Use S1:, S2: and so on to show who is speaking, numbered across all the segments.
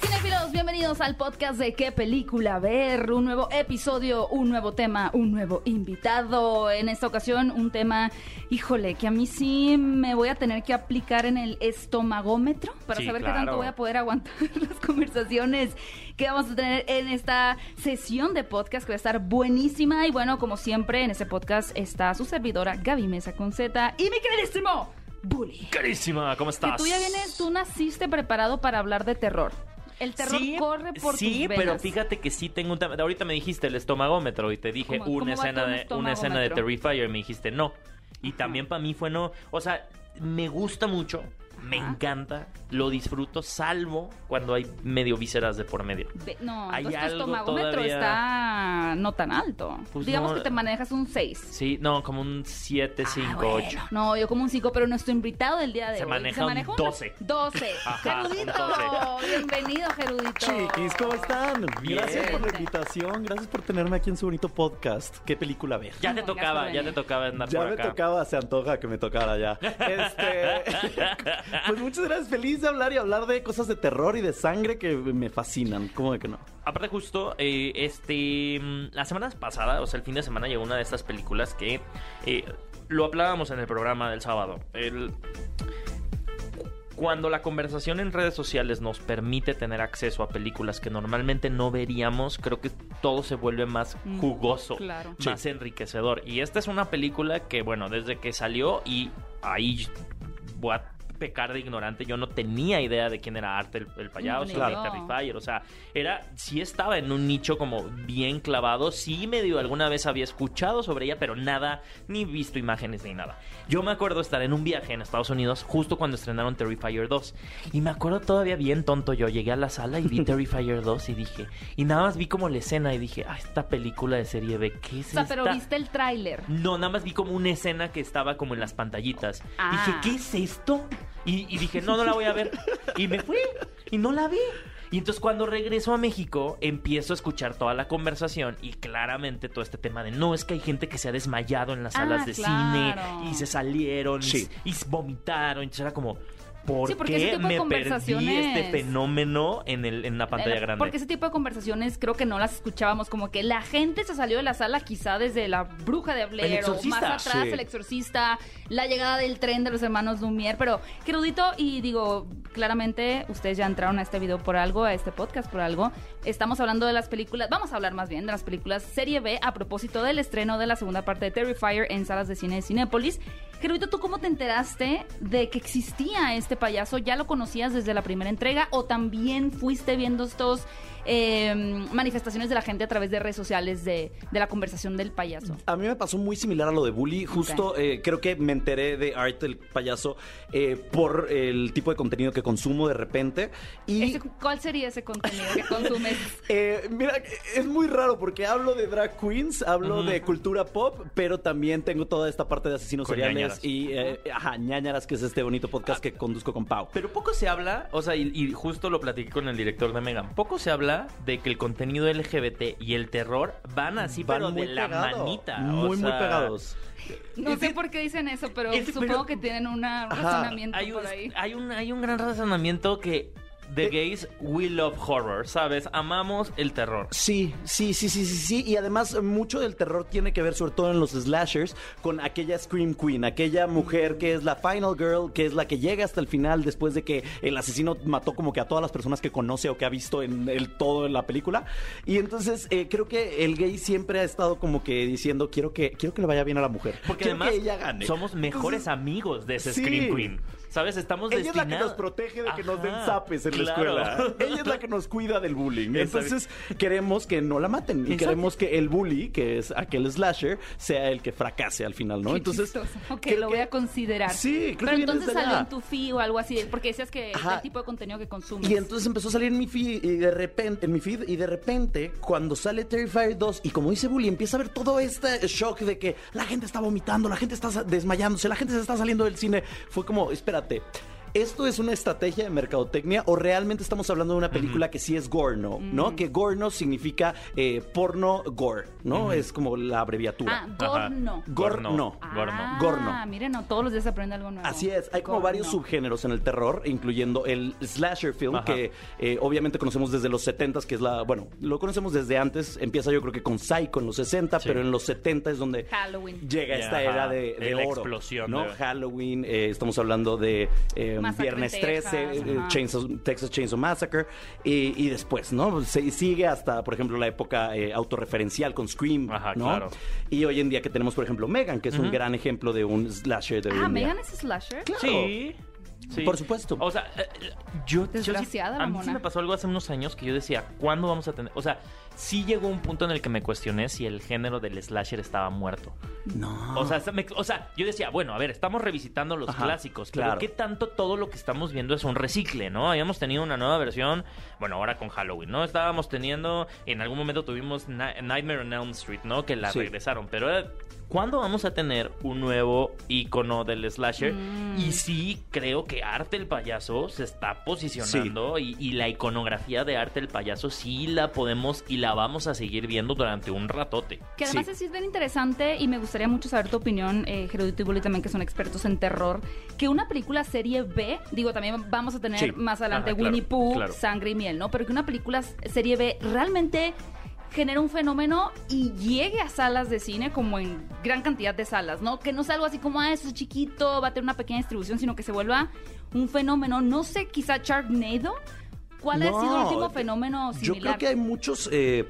S1: Cinefilos, bienvenidos al podcast de qué película ver, un nuevo episodio, un nuevo tema, un nuevo invitado. En esta ocasión un tema, híjole, que a mí sí me voy a tener que aplicar en el estomagómetro para
S2: Sí,
S1: saber qué
S2: claro.
S1: tanto voy a poder aguantar las conversaciones que vamos a tener en esta sesión de podcast que va a estar buenísima y bueno, como siempre en este podcast está su servidora Gaby Mesa con Z y mi queridísimo Bully.
S2: Carísima, ¿cómo
S1: Que
S2: estás?
S1: tú ya vienes, tú naciste preparado para hablar de terror. El terror
S2: Sí,
S1: corre por
S2: sí,
S1: tus venas.
S2: pero fíjate que sí tengo un tema. Ahorita me dijiste el estomagómetro y te dije
S1: ¿Cómo-
S2: una
S1: cómo va
S2: escena
S1: tu
S2: de una escena de
S1: estomagómetro?
S2: Terrifier y me dijiste no. Y también para mí fue no. O sea, me gusta mucho, me
S1: Ajá.
S2: encanta, lo disfruto, salvo cuando hay medio vísceras de por medio.
S1: Ve- No,
S2: Hay
S1: entonces tu
S2: algo
S1: estomagómetro
S2: todavía-
S1: está no tan alto.
S2: Pues
S1: Digamos
S2: no.
S1: que te manejas un 6.
S2: Sí, no, como un 7,
S1: Ah,
S2: 5, 8.
S1: No, yo como un 5, pero nuestro invitado del día de
S2: Se
S1: hoy
S2: maneja un 12.
S1: 12.
S2: Ajá, un
S1: Gerudito,
S2: 12.
S1: bienvenido, Gerudito.
S3: Chiquis, ¿cómo están?
S2: Bien.
S3: Gracias por la invitación, gracias por tenerme aquí en su bonito podcast. ¿Qué película ver?
S2: Ya te
S1: Venga,
S2: tocaba,
S1: por
S2: ya
S1: venir.
S2: te tocaba andar
S3: Ya
S2: por
S3: me
S2: acá.
S3: tocaba, se antoja que me tocara ya. Este, pues muchas gracias, feliz de hablar y hablar de cosas de terror y de sangre que me fascinan. ¿Cómo de que no?
S2: Aparte justo, eh, este, mm, la semana pasada, o sea, el fin de semana llegó una de estas películas que eh, lo hablábamos en el programa del sábado. El- cuando la conversación en redes sociales nos permite tener acceso a películas que normalmente no veríamos, creo que todo se vuelve más
S1: Mm,
S2: jugoso,
S1: claro.
S2: más enriquecedor. Y esta es una película que, bueno, desde que salió y ahí voy a pecar de ignorante, yo no tenía idea de quién era Arte el, el payaso,
S1: Ni
S2: ni
S1: yo.
S2: Terrifier, o sea, era, sí estaba en un nicho como bien clavado, sí medio alguna vez había escuchado sobre ella, pero nada, ni visto imágenes ni nada. Yo me acuerdo estar en un viaje en Estados Unidos justo cuando estrenaron Terrifier 2, y me acuerdo todavía bien tonto yo, llegué a la sala y vi Terrifier 2 y dije, y nada más vi como la escena y dije, ah, esta película de serie B, ¿qué es
S1: O sea,
S2: esta?
S1: pero viste el tráiler.
S2: No, nada más vi como una escena que estaba como en las pantallitas.
S1: Ah.
S2: Dije, ¿qué es esto? Y, y dije, no, no la voy a ver. Y me fui y no la vi. Y entonces cuando regreso a México empiezo a escuchar toda la conversación y claramente todo este tema de no es que hay gente que se ha desmayado en las
S1: Ah,
S2: salas de
S1: claro.
S2: cine y se salieron y
S3: Sí.
S2: s- y, s- vomitaron. Entonces era como, ¿por
S1: Sí, porque ese
S2: qué
S1: tipo de
S2: me perdí
S1: conversaciones-
S2: este fenómeno en, el, en la pantalla grande?
S1: Eh, Porque ese tipo de conversaciones creo que no las escuchábamos, como que la gente se salió de la sala quizá desde la bruja de
S2: El
S1: Blair o más
S2: Exorcista.
S1: atrás
S3: Sí.
S1: el exorcista, la llegada del tren de los hermanos Lumière, pero querudito y digo, claramente ustedes ya entraron a este video por algo, a este podcast por algo. Estamos hablando de las películas, vamos a hablar más bien de las películas serie B a propósito del estreno de la segunda parte de Terrifier en salas de cine de Cinépolis. Gerudito, ¿tú cómo te enteraste de que existía este payaso? ¿Ya lo conocías desde la primera entrega o también fuiste viendo estos eh, manifestaciones de la gente a través de redes sociales de, de la conversación del payaso?
S3: A mí me pasó muy similar a lo de Bully. Justo eh, creo que me enteré de Art el payaso eh, por el tipo de contenido que consumo de repente. Y
S1: Ese- ¿Cuál sería ese contenido que consumes?
S3: Eh, mira, es muy raro porque hablo de drag queens, hablo
S2: Ujú.
S3: de cultura pop, pero también tengo toda esta parte de asesinos
S2: Con
S3: seriales
S2: ñañaras. Ah,
S3: y eh, ajá, ñañaras, que es este bonito podcast que conduzco con Pau.
S2: Pero poco se habla, o sea, y, y justo lo platiqué con el director de Megan, poco se habla de que el contenido LGBT y el terror van así,
S3: Van
S2: pero de
S3: muy
S2: la
S3: pegado,
S2: manita. o
S3: Muy, muy
S2: sea,
S3: pegados.
S1: No
S2: Es
S1: sé
S2: que-
S1: por qué dicen eso, pero
S2: es que-
S1: supongo
S2: pero-
S1: que tienen una- un
S3: Ajá.
S1: razonamiento
S2: Hay un,
S1: por
S3: ah,
S1: ahí.
S2: hay, un, hay un gran razonamiento que The
S3: Eh.
S2: gays, we love horror, ¿sabes? Amamos el terror.
S3: Sí, sí, sí, sí, sí, sí. Y además mucho del terror tiene que ver, sobre todo en los slashers, con aquella Scream Queen, aquella mujer que es la Final Girl, que es la que llega hasta el final después de que el asesino mató como que a todas las personas que conoce o que ha visto en el todo en la película. Y entonces eh, creo que el gay siempre ha estado como que diciendo, quiero que, quiero que le vaya bien a la mujer.
S2: Porque
S3: quiero
S2: además
S3: que ella gane.
S2: somos mejores
S3: Entonces,
S2: amigos de ese
S3: sí.
S2: Scream Queen. ¿Sabes? Estamos
S3: Ella es la que
S2: destinados-
S3: nos protege de que nos den
S2: Ajá,
S3: zapes en
S2: claro.
S3: la escuela. Ella es la que nos cuida del bullying.
S2: Exacto.
S3: Entonces queremos que no la maten y
S2: Exacto.
S3: queremos que el bully, que es aquel slasher, sea el que fracase al final, ¿no?
S1: Qué
S3: entonces,
S1: chistoso. Ok,
S3: que-
S1: lo
S3: que-
S1: voy a considerar.
S3: Sí, creo
S1: Pero
S3: que viene
S1: entonces
S3: desde
S1: salió
S3: allá.
S1: en tu feed o algo así, porque decías que es
S3: Ajá.
S1: el tipo de contenido que consumes.
S3: Y entonces empezó a salir en mi feed y de repente, en mi feed y de repente, cuando sale Terrifier 2 y como dice Bully, empieza a ver todo este shock de que la gente está vomitando, la gente está sa- desmayándose, la gente se está saliendo del cine, fue como, espérate. ¿esto es una estrategia de mercadotecnia o realmente estamos hablando de una película que sí es gorno, ¿no? Que gorno significa eh, porno gore, ¿no? Es como la abreviatura.
S1: Ah,
S2: Ajá.
S1: gorno.
S3: Gorno.
S1: Ah,
S2: Gorno.
S3: Gorno.
S1: miren, no, todos los días se aprende algo nuevo.
S3: Así es, hay como varios
S1: Gorno.
S3: subgéneros en el terror, incluyendo el slasher film,
S2: Ajá.
S3: que eh, obviamente conocemos desde los 70s, que es la, bueno, lo conocemos desde antes, empieza yo creo que con Psycho en los 60,
S2: Sí.
S3: pero en los 70 es donde
S1: Halloween.
S3: llega
S2: Ya,
S3: esta
S2: ajá,
S3: era de, de
S2: de la
S3: oro,
S2: explosión,
S3: ¿no?
S2: de-
S3: Halloween, eh, estamos hablando de eh,
S1: Masacre en
S3: Viernes
S1: Texas,
S3: 13, eh,
S1: ajá.
S3: Chainsaw- Texas Chainsaw Massacre, y, y después, ¿no? Se, sigue hasta, por ejemplo, la época eh, autorreferencial con Scream,
S2: Ajá,
S3: ¿no?
S2: claro.
S3: Y hoy en día que tenemos, por ejemplo, Megan, que es un gran ejemplo de un slasher de hoy
S1: Ah,
S3: en día.
S1: Megan es slasher.
S3: Claro.
S2: Sí. sí.
S3: Por supuesto.
S2: O sea, eh, eh, yo yo sí-
S1: Desgraciada,
S2: A mí sí
S1: mamona.
S2: me pasó algo hace unos años que yo decía, ¿cuándo vamos a tener? O sea, sí llegó un punto en el que me cuestioné si el género del slasher estaba muerto.
S3: No.
S2: O sea, se me- o sea, yo decía, bueno, a ver, estamos revisitando los
S3: Ajá,
S2: clásicos,
S3: claro.
S2: pero ¿qué tanto todo lo que estamos viendo es un recicle, no? Habíamos tenido una nueva versión, bueno, ahora con Halloween, ¿no? Estábamos teniendo, en algún momento tuvimos Na- Nightmare on Elm Street, ¿no? Que la
S3: Sí.
S2: regresaron, pero eh, ¿cuándo vamos a tener un nuevo icono del slasher?
S3: Mm.
S2: Y sí, creo que Arte el Payaso se está posicionando y, y la iconografía de Arte el Payaso sí la podemos y la vamos a seguir viendo durante un ratote.
S1: Que además
S3: Sí.
S1: es, sí es bien interesante y me gustaría mucho saber tu opinión, eh, Gerudito y Bully también, que son expertos en terror, que una película serie B, digo, también vamos a tener
S3: Sí.
S1: más adelante
S2: Ajá, claro,
S1: Winnie Pooh,
S2: claro.
S1: Sangre y Miel, ¿no? Pero que una película serie B realmente genera un fenómeno y llegue a salas de cine como en gran cantidad de salas, ¿no? Que no sea algo así como, ah, eso es chiquito, va a tener una pequeña distribución, sino que se vuelva un fenómeno, no sé, quizá Sharknado, ¿cuál ha sido el
S3: No,
S1: último fenómeno
S3: Yo
S1: similar?
S3: creo que hay muchos. eh,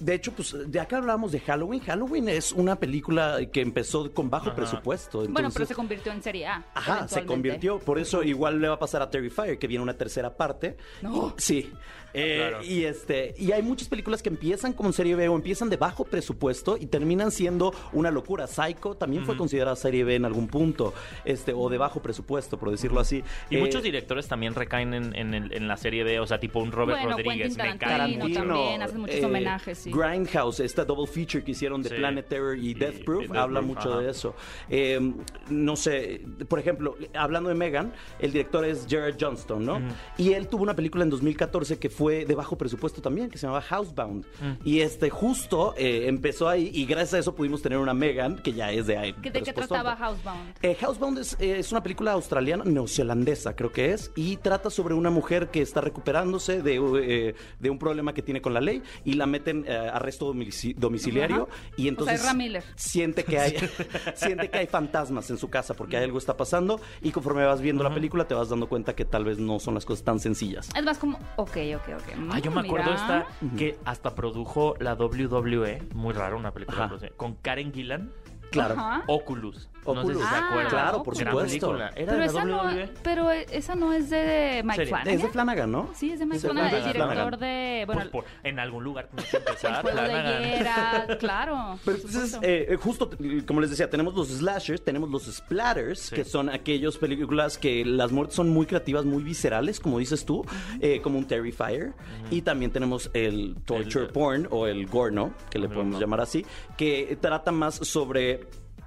S3: de hecho, pues de acá hablábamos de Halloween. Halloween es una película que empezó con bajo
S2: Ajá.
S3: presupuesto.
S1: Bueno, pero
S3: entonces-
S1: se convirtió en serie A.
S3: Ajá, se
S1: eventualmente.
S3: convirtió. Por eso igual le va a pasar a Terrifier, que viene una tercera parte.
S1: No.
S3: Sí. Eh,
S2: Ah, Claro.
S3: Y este, y hay muchas películas que empiezan como serie B o empiezan de bajo presupuesto y terminan siendo una locura. Psycho también fue considerada serie B en algún punto, este, o de bajo presupuesto, por decirlo así.
S2: Y
S3: Eh,
S2: muchos directores también recaen en, en el- en la serie B, o sea, tipo un Robert
S1: Bueno,
S2: Rodríguez.
S1: Quentin
S2: Me
S1: Tarantino
S2: cae mucho.
S1: también, hacen muchos homenajes, sí.
S3: eh, Grindhouse, esta double feature que hicieron de
S2: Sí.
S3: Planet Terror y,
S2: Y-
S3: Death
S2: y
S3: Proof,
S2: Death
S3: habla
S2: Proof,
S3: mucho
S2: ajá.
S3: de eso. Eh, no sé, por ejemplo, hablando de Megan, el director es Jared Johnston, ¿no? Y él tuvo una película en 2014 que fue de bajo presupuesto también, que se llamaba Housebound.
S2: Mm.
S3: Y este justo eh, empezó ahí y gracias a eso pudimos tener una Megan que ya es de ahí.
S1: ¿Qué- ¿De qué trataba Housebound?
S3: Eh, Housebound es, eh, es una película australiana, neozelandesa creo que es, y trata sobre una mujer que está recuperándose de, eh, de un problema que tiene con la ley y la meten eh, arresto domicil- domiciliario
S1: Ajá. O
S3: y
S1: sea,
S3: entonces
S1: es Ramírez.
S3: siente que hay siente que hay fantasmas en su casa porque algo está pasando y conforme vas viendo la película te vas dando cuenta que tal vez no son las cosas tan sencillas.
S1: Es más como, ok, ok, ok.
S2: Ah, yo me
S1: Mm,
S2: acuerdo
S1: mira.
S2: esta que hasta produjo la WWE, muy raro una película,
S3: Ajá.
S2: pero sí, con Karen Gillan,
S3: Claro.
S1: Ajá.
S2: Oculus. No sé
S3: Oculus.
S2: si se
S1: Ah,
S2: acuerdan.
S3: claro, por
S2: Gran
S3: supuesto.
S2: película. ¿Era
S1: Pero
S2: de E.
S1: esa,
S2: la
S1: no,
S2: WWE?
S1: pero esa no es de Mike
S2: Serie.
S1: Flanagan.
S3: Es de Flanagan, ¿no?
S1: Sí, es de Mike
S3: Es de
S1: Flanagan, el
S3: Flanagan.
S1: director de. Bueno,
S2: Pues por- en algún lugar tienes que empezar.
S1: el juego
S2: la
S1: de
S2: nada.
S1: Hieras, claro.
S3: Pero
S1: por
S3: entonces,
S1: supuesto.
S3: eh, eh, justo, eh, como les decía, tenemos los slashers, tenemos los splatters, que son aquellas películas que las muertes son muy creativas, muy viscerales, como dices tú, eh, como un Terrifier. Y también tenemos el torture
S2: El-
S3: porn o el gorno, que le
S2: El
S3: podemos
S2: gorno.
S3: llamar así, que trata más sobre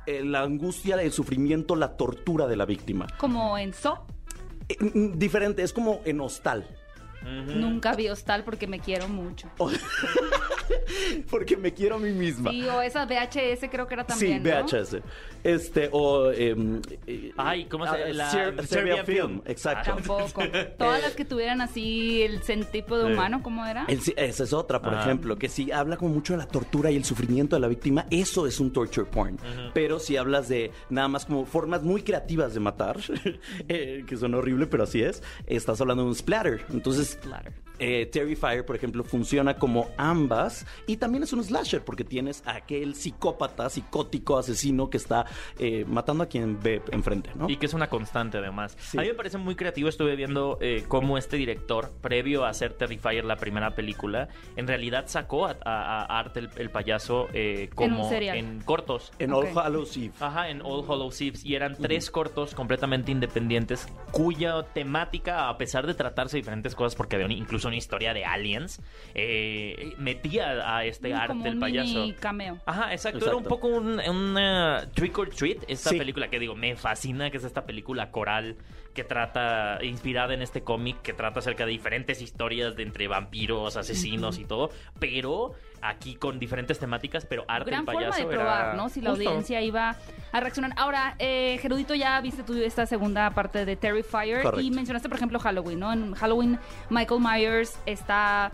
S3: eh, la angustia, el sufrimiento, la tortura de la víctima.
S1: Como en So.
S3: Eh, mm, diferente, es como en hostal.
S1: Nunca vi Hostal porque me quiero mucho.
S3: Porque me quiero a mí misma.
S1: Y o esa VHS creo que era
S3: Sí,
S1: también. ¿no?
S3: VHS. Este, o. em, eh,
S2: Ay, ¿cómo se-
S3: ah,
S2: la- Serbian
S3: Ser- Serbian Film.
S2: Film. Ah,
S3: Exacto.
S1: Tampoco. Todas las que tuvieran así el centípode
S2: Sí.
S1: humano, ¿cómo era?
S3: El sí- esa es otra, por
S2: Ah.
S3: ejemplo, que si habla como mucho de la tortura y el sufrimiento de la víctima, eso es un torture porn. Pero si hablas de nada más como formas muy creativas de matar, eh, que son horrible, pero así es, estás hablando de un splatter. Entonces, eh, Terrifier, por ejemplo, funciona como ambas y también es un slasher porque tienes a aquel psicópata, psicótico, asesino que está eh, matando a quien ve enfrente, ¿no?
S2: Y que es una constante además.
S3: Sí.
S2: A mí me parece muy creativo, estuve viendo eh, cómo este director, previo a hacer Terrifier la primera película, en realidad sacó a, a- a Art el, el payaso eh, como
S1: serial.
S2: en cortos.
S3: En
S1: Ok.
S3: All Hallows Eve.
S2: Ajá, en All Hollows Eves. Y eran tres cortos completamente independientes cuya temática, a pesar de tratarse de diferentes cosas, porque había un- incluso incluso una historia de aliens, eh, metía a este
S1: Como
S2: arte
S1: un
S2: del payaso.
S1: mini cameo.
S2: Ajá, exacto.
S3: Exacto.
S2: Era un poco un, una trick or treat. Esta
S3: Sí.
S2: película que digo, me fascina, que es esta película coral que trata, inspirada en este cómic, que trata acerca de diferentes historias de entre vampiros, asesinos y todo, pero aquí con diferentes temáticas, pero arte
S1: Gran
S2: del payaso.
S1: forma de
S2: era
S1: probar, ¿no? Si la
S2: justo.
S1: audiencia iba a reaccionar. Ahora, eh, Gerudito, ya viste tú esta segunda parte de Terrifier
S3: Correcto.
S1: y mencionaste, por ejemplo, Halloween, ¿no? En Halloween, Michael Myers está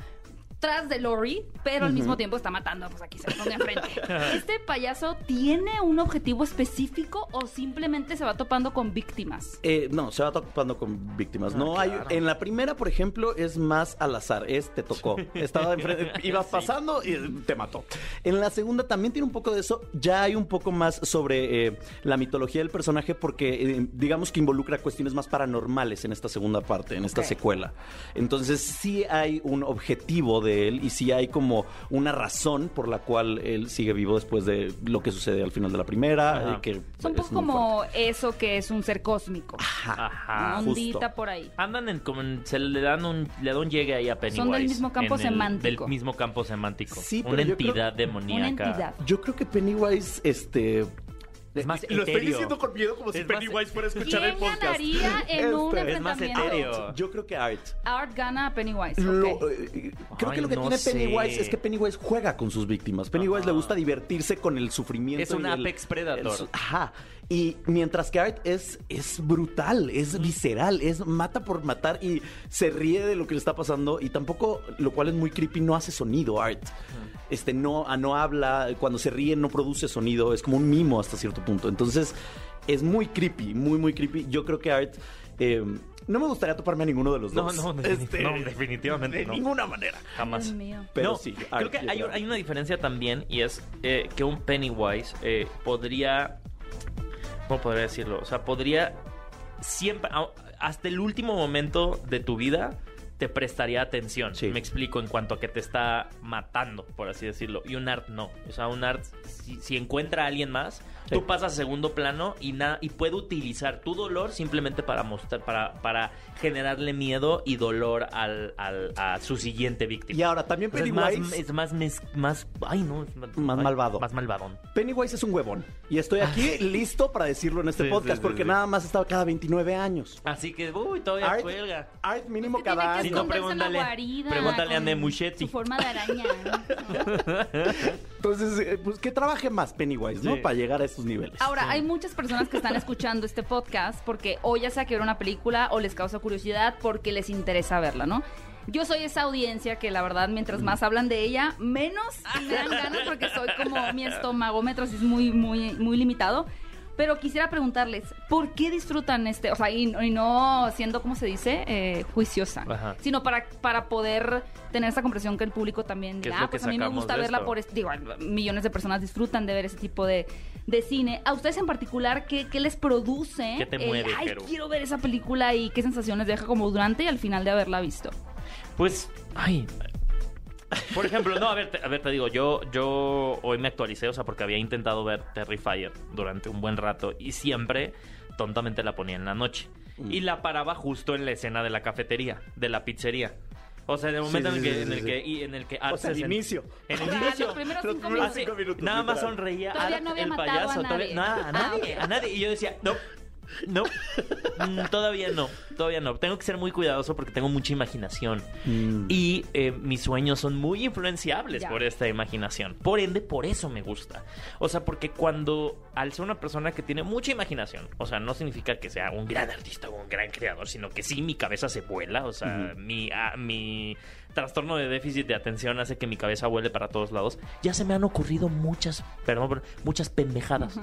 S1: tras de Lori, pero al mismo tiempo está matando, pues aquí se lo pone enfrente. ¿Este payaso tiene un objetivo específico o simplemente se va topando con víctimas?
S3: Eh, no, se va topando con víctimas. no hay. En la primera, por ejemplo, es más al azar. Es te tocó. Estaba enfrente, ibas pasando y eh, te mató. En la segunda también tiene un poco de eso. Ya hay un poco más sobre eh, la mitología del personaje porque eh, digamos que involucra cuestiones más paranormales en esta segunda parte, en esta
S1: Ok.
S3: secuela. Entonces sí hay un objetivo de él y sí hay como una razón por la cual él sigue vivo después de lo que sucede al final de la primera.
S2: Ajá.
S3: eh, que
S1: Es un
S3: es
S1: poco
S3: muy fuerte.
S1: como eso que es un ser cósmico.
S2: Ajá.
S1: una ondita
S3: justo.
S1: por ahí.
S2: Andan en, como en- se le dan un, le da un llegue ahí a Pennywise.
S1: Son del mismo campo
S2: en el-
S1: semántico.
S2: Del mismo campo semántico.
S3: Sí, pero
S2: Una
S3: yo creo-
S2: entidad demoníaca.
S1: Una entidad.
S3: Yo creo que Pennywise, este.
S2: Es más
S4: Lo estoy
S2: etéreo.
S4: diciendo con miedo como si
S2: Es más-
S4: Pennywise fuera a escuchar el
S1: ¿Quién
S4: podcast.
S1: ganaría en un
S3: Este,
S2: es más
S1: enfrentamiento?
S2: etéreo.
S3: Yo creo que Art.
S1: Art gana a Pennywise.
S3: Lo-
S1: ok.
S3: eh, creo
S2: Ay,
S3: que lo que
S2: no
S3: tiene Pennywise
S2: sé.
S3: es que Pennywise juega con sus víctimas. Pennywise
S2: Ajá.
S3: le gusta divertirse con el sufrimiento.
S2: Es un
S3: y el-
S2: Apex Predator.
S3: el- ajá. Y mientras que Art es, es brutal, es visceral, es mata por matar y se ríe de lo que le está pasando. Y tampoco, lo cual es muy creepy, no hace sonido Art. Este no, ah, no habla, cuando se ríe no produce sonido, es como un mimo hasta cierto punto. Entonces, es muy creepy, muy, muy creepy. Yo creo que Art. eh, no me gustaría toparme a ninguno de los
S2: No,
S3: dos.
S2: no, defini-
S3: este,
S2: no, definitivamente
S4: De
S2: no.
S4: ninguna manera.
S2: Jamás.
S1: Dios mío.
S3: Pero
S2: No,
S3: sí, ah,
S2: creo
S3: Art,
S2: que
S3: yo
S2: hay,
S3: creo.
S2: hay una diferencia también y es eh, que un Pennywise eh, podría, ¿cómo podría decirlo? O sea, podría siempre, a- hasta el último momento de tu vida, te prestaría atención.
S3: Sí.
S2: Me explico en cuanto a que te está matando, por así decirlo. Y un art no. O sea, un art, si, si encuentra a alguien más,
S3: Sí.
S2: tú pasas a segundo plano y, na- y puede utilizar tu dolor simplemente para mostrar, para, para generarle miedo y dolor al, al- a su siguiente víctima.
S3: Y ahora, también
S2: O sea, es
S3: Pennywise.
S2: más, es más, mez- más, ay no, es más,
S3: Más
S2: ay,
S3: malvado.
S2: Más malvadón.
S3: Pennywise es un huevón. Y estoy aquí listo para decirlo en este
S2: Ah. Sí,
S3: podcast
S2: sí, sí,
S3: porque
S2: sí.
S3: nada más estaba cada 29 años.
S2: Así que, uy, todavía
S3: Art,
S2: cuelga.
S3: Art mínimo
S1: Es que
S3: cada
S1: tiene que
S2: Si
S3: año.
S2: no,
S1: esconderse en la
S2: pregúntale-
S1: guarida
S2: pregúntale a
S1: con
S2: Nemuchetti.
S1: Su forma de araña. ¿no?
S3: Entonces, eh, pues que trabaje más Pennywise, ¿no?
S2: Sí.
S3: Para llegar a estos niveles.
S1: Ahora, hay muchas personas que están escuchando este podcast porque o ya sea que ver una película o les causa curiosidad porque les interesa verla, ¿no? Yo soy esa audiencia que la verdad mientras más hablan de ella, menos me dan ganas porque soy como mi estomagómetro así es muy, muy, muy limitado. Pero quisiera preguntarles, ¿por qué disfrutan este? O sea, y, y no siendo, como se dice, Eh, juiciosa,
S2: Ajá.
S1: sino para, para poder tener esa comprensión que el público también,
S2: ¿Qué es
S1: ah,
S2: lo que
S1: pues a mí me
S2: sacamos
S1: gusta
S2: de
S1: verla
S2: esto?
S1: por, es- digo, millones de personas disfrutan de ver ese tipo de, de cine. A ustedes en particular, ¿qué, qué les produce?
S2: ¿Qué te
S1: el,
S2: mueve,
S1: Ay,
S2: Jero?"
S1: quiero ver esa película y qué sensaciones deja como durante y al final de haberla visto.
S2: Pues, ay. Por ejemplo, no, a ver, te, a ver, te digo, yo, yo hoy me actualicé, o sea, porque había intentado ver Terrifier durante un buen rato y siempre tontamente la ponía en la noche.
S3: Mm.
S2: Y la paraba justo en la escena de la cafetería, de la pizzería. O sea, en el momento
S3: sí,
S2: en el que,
S3: sí, sí,
S2: en el
S3: sí.
S2: que, y en el que
S3: O
S2: Art
S3: sea, al
S2: se sent-
S3: inicio.
S2: En el
S1: Ah,
S2: inicio.
S1: los primeros cinco
S2: primeros
S1: minutos.
S2: cinco
S3: minutos,
S2: nada más
S3: literal.
S2: sonreía
S1: Todavía
S2: Art,
S1: no había
S2: el
S1: matado a
S2: payaso,
S1: nadie.
S2: todavía- nada, a
S1: Ah,
S2: nadie, a nadie. Y yo decía, no, no, mm, todavía no, todavía no. Tengo que ser muy cuidadoso porque tengo mucha imaginación.
S3: Mm.
S2: Y eh, mis sueños son muy influenciables
S1: Ya.
S2: por esta imaginación. Por ende, por eso me gusta. O sea, porque cuando al ser una persona que tiene mucha imaginación, o sea, no significa que sea un gran artista o un gran creador, sino que sí mi cabeza se vuela. O sea, mi, ah, mi trastorno de déficit de atención hace que mi cabeza vuele para todos lados. Ya se me han ocurrido muchas, perdón, pero muchas pendejadas.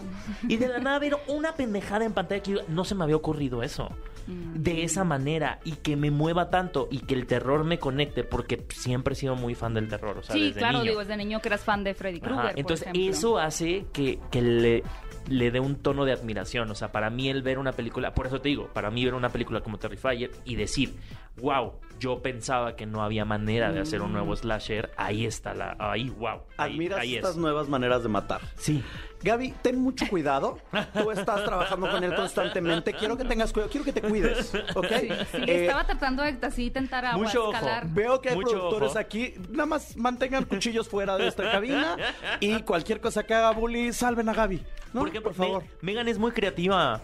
S2: Y de la nada ver una pendejada en pantalla que yo, no se me había ocurrido eso de esa manera y que me mueva tanto y que el terror me conecte, porque siempre he sido muy fan del terror, o sea,
S1: sí,
S2: desde
S1: claro,
S2: niño.
S1: digo, desde niño que eras fan de Freddy
S2: Ajá,
S1: Krueger. por
S2: Entonces,
S1: ejemplo.
S2: eso hace que, que le le dé un tono de admiración. O sea, para mí el ver una película, por eso te digo, para mí ver una película como Terrifier y decir, wow, yo pensaba que no había manera de hacer un
S1: Mm.
S2: nuevo slasher, ahí está la, ahí, wow. ahí-
S3: Admiras
S2: ahí es.
S3: estas nuevas maneras de matar.
S2: Sí.
S3: Gaby, ten mucho cuidado. Tú estás trabajando con él constantemente. Quiero que tengas cuidado, quiero que te cuides, ¿ok?
S1: Sí,
S3: Eh,
S1: estaba tratando de así intentar agua,
S2: mucho ojo.
S1: escalar.
S3: Veo que hay
S2: Mucho
S3: productores
S2: ojo.
S3: aquí. Nada más mantengan cuchillos fuera de esta cabina y cualquier cosa que haga Bully, salven a Gaby. ¿no?
S2: Ah. Por ejemplo,
S3: favor.
S2: Me- Megan es muy creativa.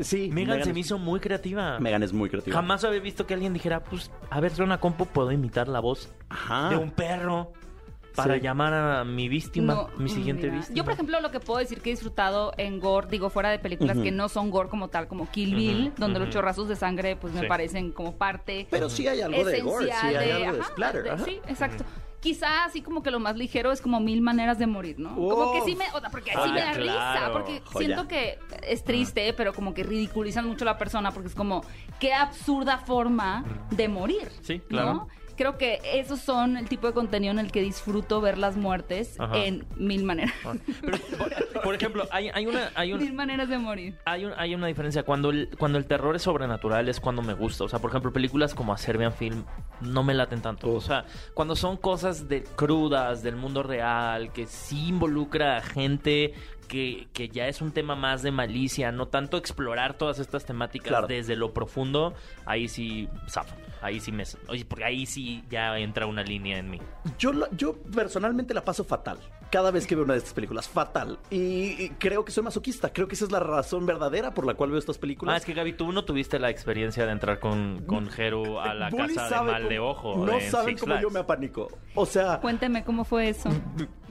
S3: Sí,
S2: Megan se
S3: es-
S2: me hizo muy creativa.
S3: Megan es muy creativa.
S2: Jamás había visto que alguien dijera, pues, a ver, soy una compu, puedo imitar la voz
S3: Ajá.
S2: de un perro para
S3: Ah. Sí.
S2: llamar a mi víctima,
S1: No,
S2: mi siguiente
S1: mira,
S2: víctima.
S1: Yo, por ejemplo, lo que puedo decir que he disfrutado en gore, digo, fuera de películas
S3: Ujú.
S1: que no son gore como tal, como Kill Bill,
S2: Ujú,
S1: donde los
S2: ujú.
S1: chorrazos de sangre, pues me
S2: Sí.
S1: parecen como parte
S3: Pero sí hay algo
S1: esencial
S3: de gore, sí hay algo de
S1: ajá,
S3: splatter.
S1: de-
S3: ajá.
S1: sí, exacto. Quizá así como que lo más ligero es como mil maneras de morir, ¿no? Como que sí me, o sea, porque sí
S2: Ah,
S1: me da
S2: claro.
S1: risa, porque
S3: Joya.
S1: siento que es triste, pero como que ridiculizan mucho a la persona porque es como qué absurda forma de morir.
S2: Sí, claro.
S1: ¿no? Creo que esos son el tipo de contenido en el que disfruto ver las muertes
S2: Ajá.
S1: en mil maneras.
S2: Ah, pero, por, por ejemplo, hay, hay una... Hay un,
S1: Mil maneras de morir.
S2: hay, un- hay una diferencia. Cuando el, cuando el terror es sobrenatural es cuando me gusta. O sea, por ejemplo, películas como A Serbian Film no me laten tanto. O sea, cuando son cosas de crudas, del mundo real, que sí involucra a gente que, que ya es un tema más de malicia, no tanto explorar todas estas temáticas
S3: Claro.
S2: desde lo profundo, ahí sí zafo. Ahí sí me... Oye, porque ahí sí ya entra una línea en mí.
S3: Yo, la- yo personalmente la paso fatal. Cada vez que veo una de estas películas, fatal. Y, y creo que soy masoquista. Creo que esa es la razón verdadera por la cual veo estas películas.
S2: Ah, es que Gaby, tú no tuviste la experiencia de entrar con, con Jero a la
S3: Mm, eh, Bully
S2: casa de
S3: sabe
S2: mal de
S3: cómo-
S2: ojo.
S3: No
S2: de
S3: saben
S2: Six
S3: cómo yo
S2: Flags. Pues,
S3: me apanico. O sea,
S1: Cuénteme cómo fue eso.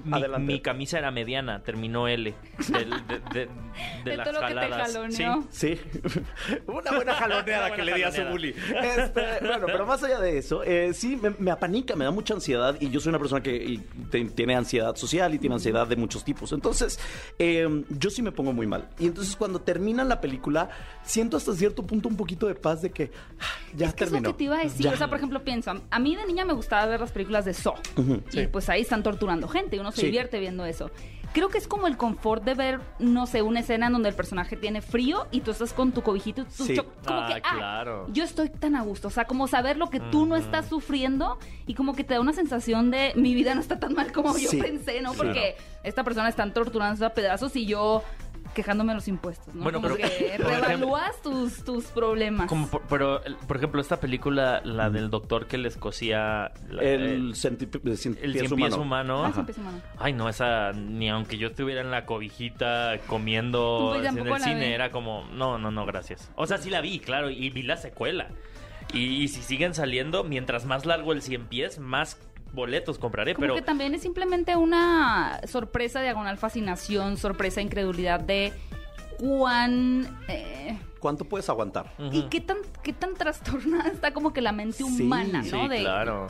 S2: Mi,
S3: Adelante.
S2: mi camisa era mediana, terminó L. Del, de, de- de
S1: De
S2: las
S1: todo lo que te
S2: jaladas.
S1: jaloneó.
S2: Sí.
S3: Sí, una buena jaloneada
S2: Una buena
S3: que le di a su
S2: jaloneada.
S3: bully. Este, bueno, pero más allá de eso, eh, sí, me, me apanica, me da mucha ansiedad y yo soy una persona que y te- tiene ansiedad social y tiene ansiedad de muchos tipos. Entonces, eh, yo sí me pongo muy mal. Y entonces cuando termina la película, siento hasta cierto punto un poquito de paz de que ah, ya
S1: Es que es lo
S3: terminó.
S1: que te iba a decir.
S3: Ya.
S1: O sea, por ejemplo, pienso, a- a mí de niña me gustaba ver las películas de Saw. Y pues ahí están torturando gente y uno se
S3: Sí.
S1: divierte viendo eso. Creo que es como el confort de ver, no sé, una escena en donde el personaje tiene frío y tú estás con tu cobijito y tu
S3: Sí.
S1: cho- como
S2: Ah,
S1: que, ah,
S2: claro.
S1: yo estoy tan a gusto. O sea, como saber lo que tú no estás sufriendo y como que te da una sensación de mi vida no está tan mal como
S3: Sí.
S1: yo pensé, ¿no?
S3: Sí.
S1: Porque esta persona están torturando a pedazos y yo quejándome de los impuestos, ¿no?
S2: Bueno,
S1: como
S2: pero-
S1: que
S2: por ejemplo-
S1: reevalúas tus, tus problemas.
S2: Como por- pero, el- por ejemplo, esta película, la del doctor que les cosía la-
S3: El,
S2: el,
S3: centi- Eh, el cien
S2: el
S3: pies
S2: cien pies
S3: humano.
S2: humano.
S1: Ah, sí, empieza, mano.
S2: Ay, no, esa, ni aunque yo estuviera en la cobijita comiendo
S1: Pues
S2: en
S1: tampoco
S2: el
S1: la
S2: cine,
S1: vi.
S2: era como, no, no, no, gracias. O sea, sí la vi, claro, y vi la secuela. Y, y si siguen saliendo, mientras más largo el cien pies, más boletos compraré,
S1: Como
S2: Eh, pero...
S1: que también es simplemente una sorpresa, diagonal fascinación, sorpresa, incredulidad de cuán... eh,
S3: ¿Cuánto puedes aguantar?
S1: Y
S2: Ujú.
S1: qué tan, qué tan trastornada está como que la mente
S3: Sí,
S1: humana,
S2: Sí,
S1: ¿no? De-
S2: claro.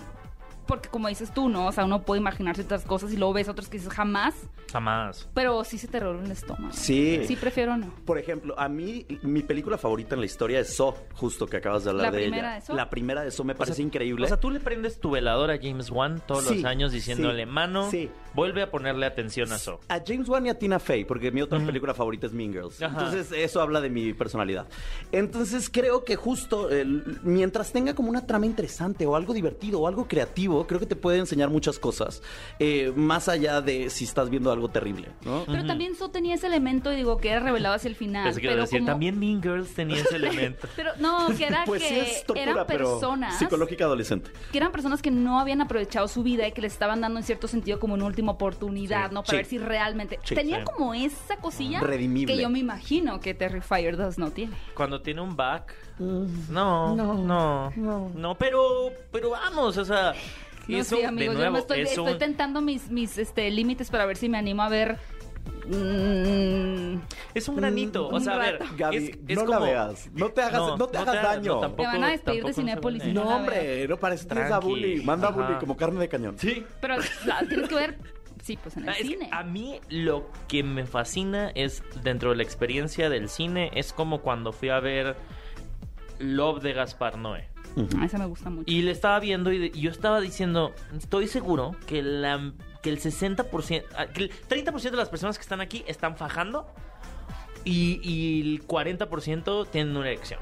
S1: Porque como dices tú, ¿no? O sea, uno puede imaginar ciertas cosas y luego ves otras que dices jamás,
S2: Jamás.
S1: pero sí se te roba el estómago.
S3: Sí.
S1: Sí, prefiero no.
S3: Por ejemplo, a mí, mi película favorita en la historia es So, justo que acabas de hablar
S1: ¿La
S3: de ella.
S1: primera de Saw?
S3: La primera de So me parece increíble.
S2: O sea, tú le prendes tu veladora a James Wan todos
S3: Sí,
S2: los años diciéndole,
S3: sí,
S2: mano,
S3: sí.
S2: vuelve a ponerle atención a eso.
S3: A James Wan y a Tina Fey, porque mi otra película favorita es Mean Girls.
S2: Ajá.
S3: Entonces, eso habla de mi personalidad. Entonces, creo que justo el- mientras tenga como una trama interesante o algo divertido o algo creativo, creo que te puede enseñar muchas cosas, eh, más allá de si estás viendo algo terrible, ¿no?
S1: Pero también eso tenía ese elemento, y digo, que era revelado hacia el
S3: Ah,
S1: final.
S2: Pensé que iba a
S1: pero
S2: decir,
S1: como-
S2: también Mean Girls tenía ese elemento.
S1: Pero no, que era
S3: Pues
S1: que
S3: sí es tortura,
S1: eran
S3: pero
S1: personas...
S3: psicológica adolescente.
S1: que eran personas que no habían aprovechado su vida y que le estaban dando en cierto sentido como una última oportunidad,
S2: Sí,
S1: ¿no? Para
S3: sí.
S1: ver si realmente
S3: Sí,
S1: tenían
S2: sí.
S1: como esa cosilla
S3: Redimible.
S1: que yo me imagino que Terrifier 2 no tiene.
S2: Cuando tiene un back.
S3: Mm.
S2: No, no, no, no. pero, pero vamos, o sea.
S1: No
S2: es
S1: sé,
S2: un-
S1: amigos, yo
S2: de nuevo,
S1: me estoy,
S2: es
S1: estoy
S2: un-
S1: tentando mis, mis este, límites para ver si me animo a ver. mm,
S2: Es un granito.
S1: Mm,
S2: o sea, a ver.
S1: un rato.
S3: Gaby,
S2: es- es
S3: no la
S2: como-
S3: veas. No te hagas, no, te hagas daño.
S2: no,
S3: No,
S2: tampoco-
S1: Te van a despedir de
S2: tampoco un
S1: Cinépolis.
S2: segundo.
S1: No la
S3: hombre, no parece tienes a
S2: Tranqui.
S3: bully. Manda a bully
S2: Ajá.
S3: como carne de cañón.
S2: Sí.
S1: pero la tienes que ver, sí, pues en el
S2: Ah, es que
S1: cine.
S2: a mí lo que me fascina es dentro de la experiencia del cine es como cuando fui a ver Love de Gaspar Noé.
S1: Ah, esa me gusta mucho.
S2: Y le estaba viendo y, de- y yo estaba diciendo, estoy seguro que, la, que el 60%, ah, que el 30% de las personas que están aquí están fajando y, y el 40% tienen una erección.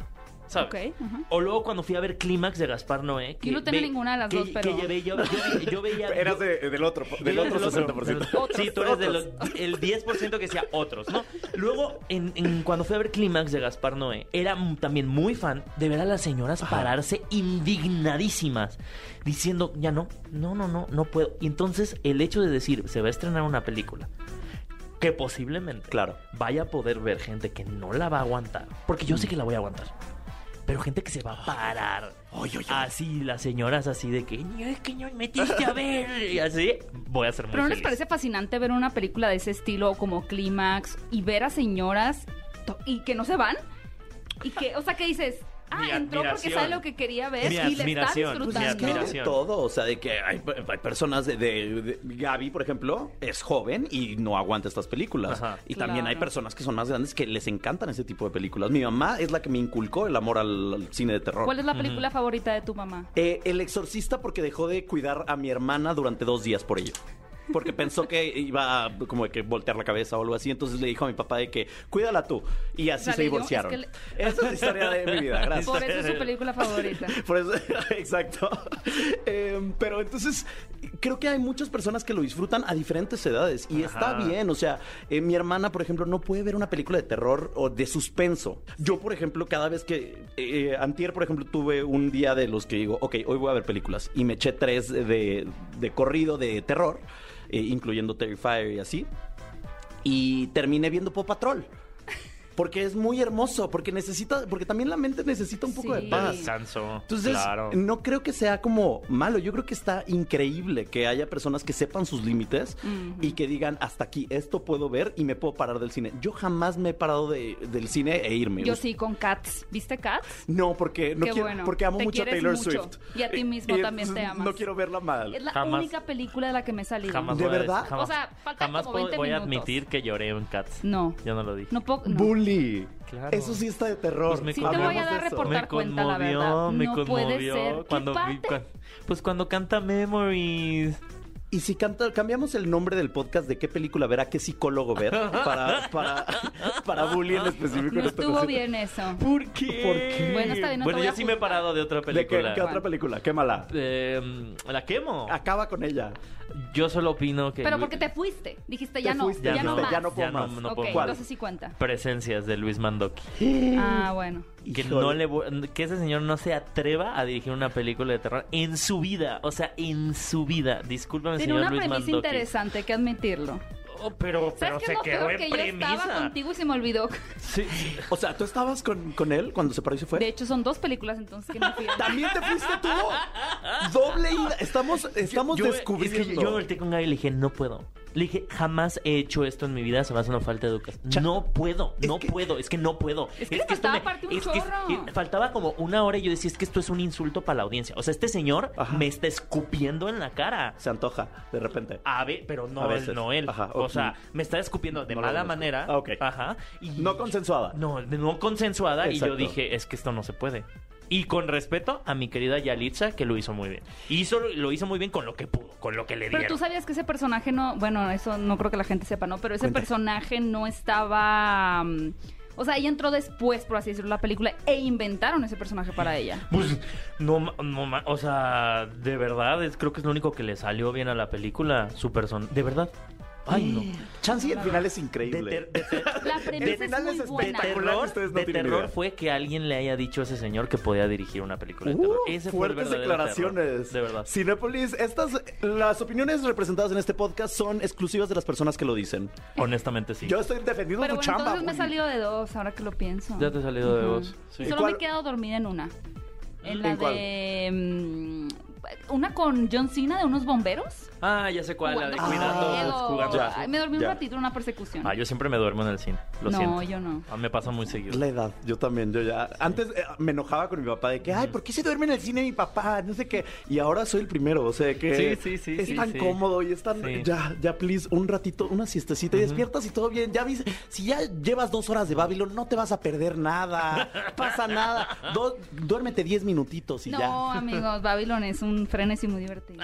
S2: ¿sabes?
S1: Ok, ajá.
S2: O luego cuando fui a ver Clímax de Gaspar Noé. Que
S1: Yo no tengo
S2: ve-
S1: ninguna de las
S2: que-
S1: dos, pero-
S2: que llevé- yo, yo- yo veía...
S4: Eras
S3: Eh,
S4: de- del otro, del
S2: Yo
S4: otro
S2: era
S4: 60%.
S2: del otro. Sí, tú eres del el 10% que sea otros, ¿no? Luego, en, en- cuando fui a ver Clímax de Gaspar Noé, era m- también muy fan de ver a las señoras pararse indignadísimas, diciendo, ya no, no, no, no, no puedo. Y entonces, el hecho de decir, se va a estrenar una película, que posiblemente
S3: Claro.
S2: vaya a poder ver gente que no la va a aguantar, porque yo sé que la voy a aguantar. Pero gente que se va a parar. Así, las señoras así de que, "Ni es que no metiste a ver. Y así, voy a ser muy
S1: ¿Pero no les
S2: feliz.
S1: parece fascinante ver una película de ese estilo como Clímax y ver a señoras to- y que no se van? Y que, o sea, que dices, ah,
S2: Mi
S1: entró porque
S2: admiración.
S1: sabe lo que quería ver
S2: Mi
S1: y le está
S2: admiración, mi
S1: disfrutando.
S3: Es que hay de
S2: admiración.
S3: todo, o sea, de que hay, hay personas de, de- de- Gaby, por ejemplo, es joven y no aguanta estas películas.
S2: Ajá.
S3: Y también hay
S1: Claro.
S3: personas que son más grandes que les encantan ese tipo de películas. Mi mamá es la que me inculcó el amor al, al cine de terror.
S1: ¿Cuál es la película favorita de tu mamá?
S3: Eh, el exorcista porque dejó de cuidar a mi hermana durante dos días por ello. Porque pensó que iba a como que voltear la cabeza o algo así. Entonces le dijo a mi papá de que cuídala tú. Y así se
S1: Sale yo,
S3: divorciaron.
S1: es
S3: Esa es la historia de mi vida. Gracias.
S1: Por eso es su película favorita.
S3: Por eso- exacto. Em, pero entonces, creo que hay muchas personas que lo disfrutan a diferentes edades y está
S2: Ajá.
S3: bien. O sea, eh, mi hermana, por ejemplo, no puede ver una película de terror o de suspenso. Yo, por ejemplo, cada vez que. eh, antier, por ejemplo, tuve un día de los que digo, ok, hoy voy a ver películas y me eché tres de, de corrido de terror, eh, incluyendo Terrifier y así y terminé viendo Pop Patrol. Porque es muy hermoso, porque necesita, porque también la mente necesita un poco
S1: Sí.
S3: de
S2: Ah,
S3: paz.
S2: Sanso,
S3: Entonces,
S2: claro.
S3: no creo que sea como malo. Yo creo que está increíble que haya personas que sepan sus límites y que digan hasta aquí, esto puedo ver y me puedo parar del cine. Yo jamás me he parado de- del cine e irme.
S1: Yo
S3: O sea,
S1: sí, con Cats. ¿Viste Cats?
S3: No, porque no
S1: Qué
S3: quiero,
S1: bueno.
S3: porque amo
S1: Te
S3: mucho a
S1: quieres
S3: Taylor
S1: mucho.
S3: Swift.
S1: Y a ti mismo también te
S3: entonces
S1: amas. Eh,
S3: No quiero verla mal.
S1: Es la
S2: Jamás.
S1: única película de la que me he salido.
S2: Jamás
S3: ¿De
S2: voy a
S3: verdad?
S2: decir- jamás-
S1: O sea, faltan
S2: jamás
S1: como 20
S2: voy a
S1: minutos.
S2: admitir que lloré en Cats.
S1: No.
S2: Yo no lo dije.
S1: No puedo. no.
S3: Bully.
S2: Claro.
S3: Eso sí está de terror.
S2: Pues me
S1: Sí te
S2: Hablemos
S1: voy a
S3: Hablemos
S1: dar
S3: de eso.
S1: reportar
S2: me
S1: cuenta, la
S2: conmovió,
S1: verdad.
S2: me
S1: no
S2: conmovió
S1: puede ser. ¿Qué
S2: cuando vi-
S1: parte?
S2: cuan- pues cuando canta Memories.
S3: Y si canta- cambiamos el nombre del podcast de qué película verá, qué psicólogo ver, para, para, para bully en específico.
S1: No
S3: en esta
S1: estuvo
S3: ocasión.
S1: bien eso.
S2: ¿Por qué?
S3: ¿Por qué?
S1: Bueno, está bien, no te
S2: Bueno,
S1: voy
S2: yo
S1: a
S2: sí me he
S1: juzgar.
S2: parado de otra
S3: ¿De qué,
S2: película.
S3: qué otra película? Quémala.
S2: Eh, la quemo.
S3: Acaba con ella.
S2: Yo solo opino que.
S1: Pero porque te fuiste. Dijiste, ya
S3: Te
S1: no,
S3: fuiste,
S1: ya, no
S3: dijiste,
S1: más.
S3: ya no puedo más.
S2: no
S1: ok,
S2: puedo más.
S1: entonces sí cuenta.
S2: Presencias de Luis Mandoki.
S3: Mm.
S1: Ah, bueno.
S2: Que
S3: Híjole.
S2: no le vu- que ese señor no se atreva a dirigir una película de terror en su vida, o sea, en su vida. Discúlpame,
S1: Tiene
S2: señor
S1: una
S2: Luis
S1: premisa
S2: Mandoki.
S1: interesante, hay que admitirlo.
S2: Oh, pero pero
S1: ¿Sabes qué
S2: se
S1: es lo
S2: quedó
S1: peor?
S2: en
S1: Que yo estaba
S2: premisa.
S1: contigo y se me olvidó.
S2: Sí.
S3: O sea, ¿tú estabas con, con él cuando se paró y se fue?
S1: De hecho, son dos películas entonces que no fui. a-
S3: ¿También te fuiste tú? Doble ida. Estamos, estamos
S2: Yo-
S3: descubriendo.
S2: es que yo- yo volteé con Gaby y le dije, no puedo. Le dije, jamás he hecho esto en mi vida, se me hace una falta de educación.
S3: Cha-
S2: No puedo,
S3: Es
S2: no
S3: que-
S2: puedo, es que no puedo.
S1: Es que le faltaba parte un
S2: es que es-
S1: chorro.
S2: eh, faltaba como una hora y yo decía, es que esto es un insulto para la audiencia. O sea, este señor
S3: Ajá.
S2: me está escupiendo en la cara.
S3: Se antoja, de repente.
S2: A ve- pero no,
S3: A
S2: él,
S3: veces.
S2: no él.
S3: Ajá,
S2: O
S3: ok.
S2: sea, me está escupiendo de
S3: No lo
S2: mala
S3: conozco.
S2: manera.
S3: Ah, ok.
S2: Ajá. Y,
S3: No consensuada.
S2: No, de- no consensuada. Y
S3: Exacto.
S2: yo dije, es que esto no se puede. Y con respeto a mi querida Yalitza, que lo hizo muy bien. Hizo, lo hizo muy bien con lo que pudo, con lo que le
S1: Pero tú
S2: dieron.
S1: sabías que ese personaje no, bueno, eso no creo que la gente sepa, ¿no? Pero ese
S3: Cuenta.
S1: personaje no estaba... mm, o sea, ella entró después, por así decirlo, la película e inventaron ese personaje para ella.
S2: Pues, no, ma- no, ma- o sea, de verdad, es- creo que es lo único que le salió bien a la película, su persona. De verdad. Ay, no.
S3: Chance y el final es
S2: De
S3: increíble.
S2: ter- de ter-
S1: La premisa es
S3: final
S1: muy
S3: es
S2: de
S1: buena.
S3: espectacular.
S2: terror,
S3: ustedes no
S2: de
S3: tienen
S2: terror
S3: idea.
S2: fue que alguien le haya dicho a ese señor que podía dirigir una película de
S3: Uh,
S2: terror. Ese fue el
S3: fuertes
S2: verdadero
S3: declaraciones.
S2: terror, de verdad.
S3: Cinépolis, estas, las opiniones representadas en este podcast son exclusivas de las personas que lo dicen.
S2: Honestamente sí.
S3: Yo estoy defendiendo
S1: Pero
S3: tu
S1: bueno,
S3: chamba.
S1: entonces me he
S3: Bully.
S1: salido de dos, ahora que lo pienso.
S2: Ya te he salido de
S1: Ujú.
S2: voz. Sí.
S1: Y solo
S3: ¿Cuál?
S1: me he quedado dormida en una. En
S3: ¿En
S1: la
S3: cuál?
S1: de... mm, Una con John Cena de unos bomberos.
S2: Ah, ya sé cuál, la de
S1: Jugando con
S2: cuidando, pues,
S1: fuego.
S2: jugando.
S3: Ya.
S1: Ay, me dormí
S3: Ya.
S1: un ratito en una persecución.
S2: Ah, yo siempre me duermo en el cine. Lo
S1: no,
S2: siento.
S1: yo no.
S2: Ah, me pasa muy seguido.
S3: La edad, yo también, yo ya. Antes eh, me enojaba con mi papá de que, ay, ¿por qué se duerme en el cine mi papá? No sé qué. Y ahora soy el primero, o sea que.
S2: Sí, sí, sí,
S3: Es
S2: sí,
S3: tan
S2: sí.
S3: cómodo y es tan.
S2: Sí.
S3: Ya, ya, please, un ratito, una siestecita y despiertas y todo bien. Ya vis- si ya llevas dos horas de Babylon, no te vas a perder nada. Pasa nada. Do- duérmete diez minutitos y
S1: No,
S3: ya. Ah.
S1: amigos, Babylon es un frenesí muy divertido.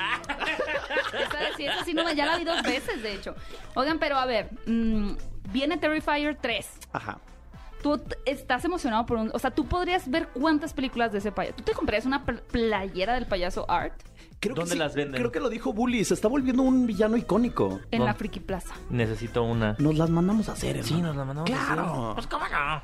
S1: esa, sí, esa sí no me- ya la vi dos veces, de hecho. Oigan, pero a ver, mm, Viene Terrifier 3.
S3: Ajá.
S1: Tú t- estás emocionado por un... O sea, tú podrías ver cuántas películas de ese payaso. ¿Tú te comprarías una pl- playera del payaso Art
S3: Creo que
S2: ¿Dónde
S3: sí,
S2: las venden?
S3: Creo que lo dijo Bully, se está volviendo un villano icónico.
S1: en
S2: No.
S1: la Friki Plaza?
S2: Necesito una.
S3: Nos las mandamos a hacer,
S2: Sí,
S3: hermano.
S2: nos la mandamos.
S3: Claro.
S2: así. Pues cómo no.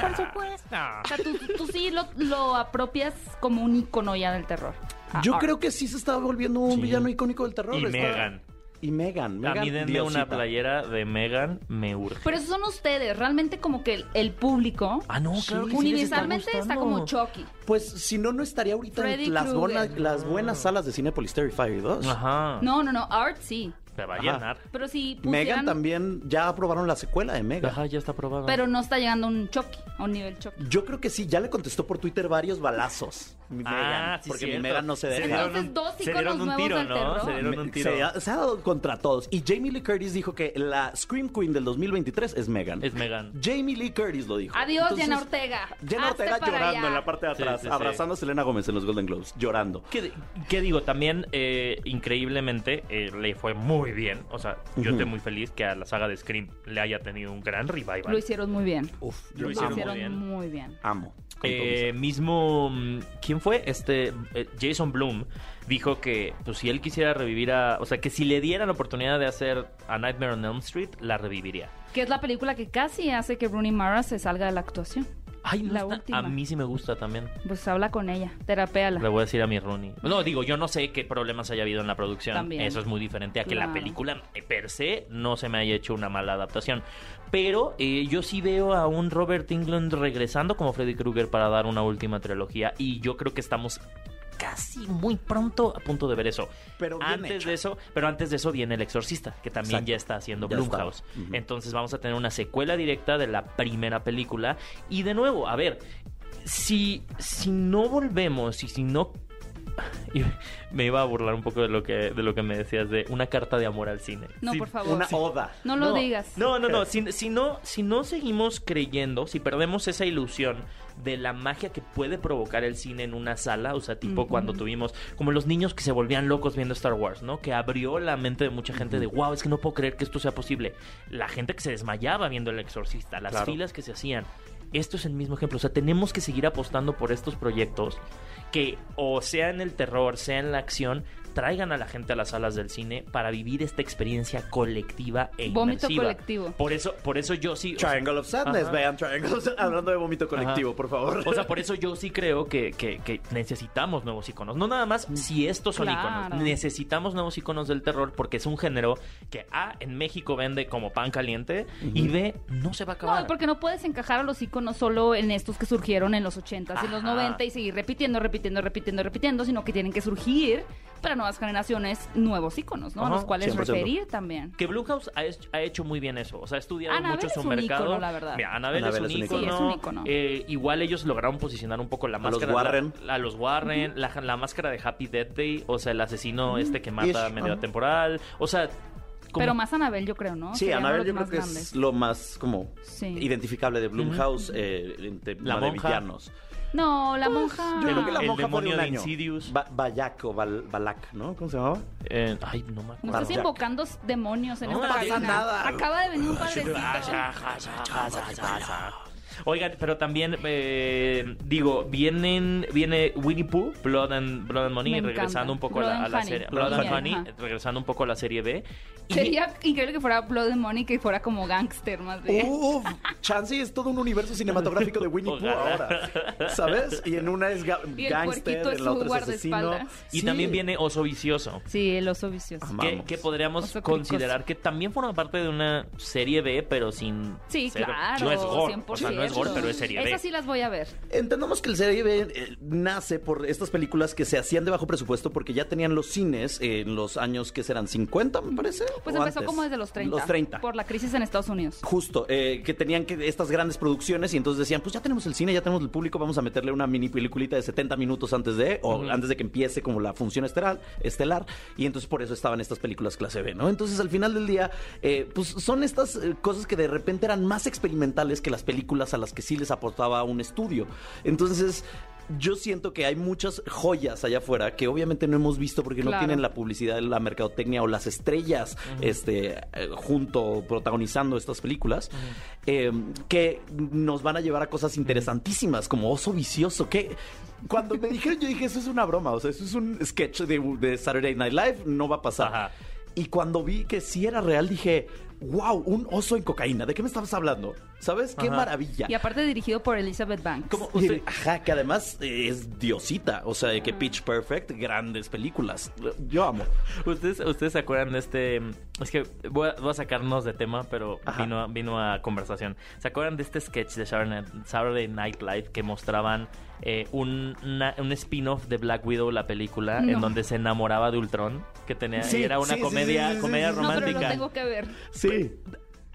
S2: Por supuesto.
S1: O sea, tú, tú sí lo, lo apropias como un icono ya del terror. a
S3: Yo
S1: Art.
S3: creo que sí se está volviendo un
S2: Sí.
S3: villano icónico del terror.
S2: Y
S3: está-
S2: Megan.
S3: Y Megan.
S2: A
S3: Megan
S2: mí denme
S3: Diosita.
S2: una playera de Megan, me urge.
S1: Pero esos son ustedes. Realmente como que el, el público
S2: Ah, no, claro que sí les
S1: universalmente
S2: está,
S1: está
S2: gustando.
S1: como Chucky.
S3: Pues si no, no estaría ahorita
S1: Freddy
S3: en las,
S1: Krueger.
S3: buenas, las buenas salas de Cinepolis Terrifier 2.
S2: Ah. Ajá.
S1: No, no, no. Art sí.
S2: Te va a
S3: Ajá.
S2: llenar.
S1: Pero si pusieran-
S3: Megan también ya aprobaron la secuela de Megan.
S2: Ajá, ya está probada.
S1: Pero no está llegando a un Chucky, a un nivel Chucky.
S3: Yo creo que sí, ya le contestó por Twitter varios balazos. Mi
S2: Ah,
S3: Megan,
S2: sí,
S3: porque mi
S2: cierto.
S3: Megan no se
S2: Se
S3: deja.
S2: dieron
S1: Entonces,
S2: un-
S1: dos
S2: se dieron
S1: iconos
S2: un
S1: nuevos
S2: tiro,
S1: del
S2: ¿no?
S1: terror.
S2: Se dieron un tiro.
S3: Se ha, se ha dado contra todos. Y Jamie Lee Curtis dijo que la Scream Queen del 2023 es Megan.
S2: Es Megan.
S3: Jamie Lee Curtis lo dijo.
S1: Adiós,
S3: Entonces,
S1: Jenna Ortega.
S3: Jenna
S1: Hazte
S3: Ortega
S1: para
S3: llorando
S1: allá.
S3: en la parte de
S2: Sí,
S3: atrás,
S2: sí, sí.
S3: abrazando a Selena Gómez en los Golden Globes, llorando.
S2: ¿Qué, qué digo? También, eh, increíblemente, eh, le fue muy bien. O sea, yo
S3: Ujú.
S2: estoy muy feliz que a la saga de Scream le haya tenido un gran revival.
S1: Lo hicieron muy bien.
S3: Uf,
S2: Lo
S3: yo
S2: hicieron
S3: amo.
S2: muy bien.
S1: muy bien.
S3: Amo. con todo mi
S2: Eh, mismo, mm, ¿quién fue? Este, eh, Jason Bloom dijo que, pues, si él quisiera revivir a, o sea, que si le dieran la oportunidad de hacer a Nightmare on Elm Street, la reviviría.
S1: Que es la película que casi hace que Rooney Mara se salga de la actuación.
S2: Ay, no
S1: La
S2: está-
S1: última.
S2: A mí sí me gusta también.
S1: Pues habla con ella,
S2: Le
S1: terapéala.
S2: voy a decir a mi Rooney. No, digo, yo no sé qué problemas haya habido en la producción.
S1: También.
S2: Eso es muy diferente a que la
S1: Claro.
S2: película eh, per se no se me haya hecho una mala adaptación. Pero eh, yo sí veo a un Robert Englund regresando como Freddy Krueger para dar una última trilogía. Y yo creo que estamos casi muy pronto a punto de ver eso.
S3: Pero bien
S2: antes
S3: hecho.
S2: de eso, pero antes de eso viene El Exorcista, que también
S3: Exacto.
S2: ya está haciendo
S3: Ya está.
S2: Blumhouse.
S3: Ujú.
S2: Entonces vamos a tener una secuela directa de la primera película. Y de nuevo, a ver, si, si no volvemos y si no... y me iba a burlar un poco de lo que, de lo que me decías de una carta de amor al cine.
S1: No,
S2: Si-
S1: por favor.
S3: Una oda.
S1: No lo digas.
S2: No, no, no. Si, si no. si no seguimos creyendo, si perdemos esa ilusión de la magia que puede provocar el cine en una sala, o sea, tipo
S1: Ujú.
S2: cuando tuvimos, como los niños que se volvían locos viendo Star Wars, ¿no? Que abrió la mente de mucha gente de, wow, es que no puedo creer que esto sea posible. La gente que se desmayaba viendo El Exorcista, las
S3: Claro.
S2: filas que se hacían. Esto es el mismo ejemplo, o sea, tenemos que seguir apostando por estos proyectos que o sea en el terror, sea en la acción, traigan a la gente a las salas del cine para vivir esta experiencia colectiva e
S1: Vómito
S2: inmersiva.
S1: colectivo.
S2: Por eso, por eso yo sí. o sea-
S3: Triangle of Sadness,
S2: Ajá.
S3: vean Triangle of Sadness. Hablando de vómito colectivo,
S2: Ajá.
S3: por favor.
S2: O sea, por eso yo sí creo que, que- que necesitamos nuevos iconos. No nada
S3: Mm.
S2: más si estos son
S1: Claro.
S2: iconos. Necesitamos nuevos iconos del terror porque es un género que A, en México vende como pan caliente y B, no se va a acabar.
S1: No, y porque no puedes encajar a los iconos solo en estos que surgieron en los 80s y en los
S2: Ajá.
S1: 90 y seguir repitiendo, repitiendo, repitiendo, repitiendo, sino que tienen que surgir para nuevas generaciones nuevos iconos, ¿no?
S2: Ajá,
S1: a los cuales
S3: 100%.
S1: referir también.
S2: Que Blumhouse ha, hecho- ha hecho muy bien eso. O sea, ha estudiado
S1: Anabel
S2: mucho
S1: es
S2: su
S1: un
S2: mercado.
S1: ícono, la verdad.
S2: Mira, Anabel,
S3: Anabel
S2: es un ícono.
S1: Sí, es un ícono.
S2: Eh, igual ellos lograron posicionar un poco la
S3: los
S2: máscara.
S3: Warren.
S2: la- a los Warren. la, la máscara de Happy Death Day. O sea, el asesino este que mata a
S3: Ish,
S2: media
S3: ajá.
S2: temporal. O sea, como-
S1: Pero más Anabel, yo creo, ¿no?
S3: Sí,
S1: Sería uno de
S3: Anabel
S1: los
S3: yo creo
S1: más
S3: que es
S1: grandes.
S3: lo más como
S1: Sí.
S3: identificable de Blumhouse eh, en tema
S2: La
S3: de
S2: monja.
S3: villanos.
S1: No, la monja.
S3: Yo creo que la
S2: El
S3: monja
S2: demonio
S3: pone un
S2: de
S3: año.
S2: Insidious.
S3: Ba- Bayak o Bal- Balak, ¿no? ¿Cómo se llamaba?
S2: eh, ay, no me
S1: No
S2: acuerdo.
S1: estás
S3: Barback.
S1: invocando demonios en
S2: No
S1: esta
S2: pasa
S1: página.
S3: nada.
S1: Acaba de venir un padrecito.
S2: Ah, Oigan, pero también eh, digo, vienen viene Winnie Pooh, Blood and, Blood and Money,
S1: Me encanta.
S2: regresando un poco a
S1: Blood
S2: la,
S1: and
S2: a la
S1: Honey.
S2: serie
S1: Blood
S2: Blood and
S1: and
S2: Honey,
S1: Honey, ajá.
S2: regresando un poco a la serie B. Y-
S1: Sería increíble que fuera Blood and Money, que fuera como gángster más bien.
S2: Uh.
S3: Uf, Chansey es todo un universo cinematográfico de Winnie Pooh
S2: Ojalá.
S3: ahora. ¿Sabes? Y en una es ga-
S1: Y el
S3: gángster,
S1: puerquito es
S3: en la
S1: su
S3: otra es asesino.
S1: guardaespaldas.
S2: Y
S3: Sí.
S2: también viene Oso Vicioso.
S1: Sí, el oso vicioso.
S3: Ajá.
S2: Que,
S3: Vamos.
S2: que podríamos
S1: Oso cricoso.
S2: considerar que también forma parte de una serie B, pero sin.
S1: Sí,
S2: ser-
S1: claro.
S2: No es gore.
S1: 100%.
S2: O sea, no es gore, pero es serie B.
S1: Esas sí las voy a ver.
S3: Entendamos que el CRB nace por estas películas que se hacían de bajo presupuesto porque ya tenían los cines eh, en los años que serán 50, me parece.
S1: Pues
S3: o
S1: empezó
S3: antes.
S1: como desde los 30.
S3: Los 30.
S1: Por la crisis en Estados Unidos.
S3: Justo, eh, que tenían que estas grandes producciones y entonces decían, pues ya tenemos el cine, ya tenemos el público, vamos a meterle una mini peliculita de 70 minutos antes de, o
S2: Ujú.
S3: antes de que empiece como la función estelar, estelar, y entonces por eso estaban estas películas clase B, ¿no? Entonces al final del día, eh, pues son estas eh, cosas que de repente eran más experimentales que las películas a las que sí les aportaba un estudio. Entonces... yo siento que hay muchas joyas allá afuera que obviamente no hemos visto porque no
S1: Claro.
S3: tienen la publicidad, la mercadotecnia o las estrellas este, eh, junto protagonizando estas películas eh, que nos van a llevar a cosas interesantísimas como Oso Vicioso. Que cuando me dijeron, yo dije, eso es una broma, o sea, eso es un sketch de, de Saturday Night Live, no va a pasar.
S2: Ajá.
S3: Y cuando vi que sí era real, dije, wow, un oso en cocaína, ¿de qué me estabas hablando? ¿Sabes? ¡Qué
S2: Ajá.
S3: maravilla!
S1: Y aparte dirigido por Elizabeth Banks.
S2: Como-
S3: Y-
S2: usted-
S3: ajá, que además eh, es diosita, o sea, de que Pitch Perfect, grandes películas. Yo amo.
S2: ¿Ustedes, ustedes se acuerdan de este? Es que voy a, voy a sacarnos de tema, pero
S3: Ajá.
S2: vino, a- vino a conversación. ¿Se acuerdan de este sketch de Saturday Night- Saturday Night Live que mostraban eh, un, una- un spin-off de Black Widow, la película, en
S1: No.
S2: donde se enamoraba de Ultron? Que tenía,
S3: Sí,
S2: y era una
S3: sí, sí,
S2: comedia,
S3: sí, sí,
S2: comedia
S3: sí, sí, sí.
S1: no, pero
S2: romántica.
S1: lo tengo que ver.
S3: Sí,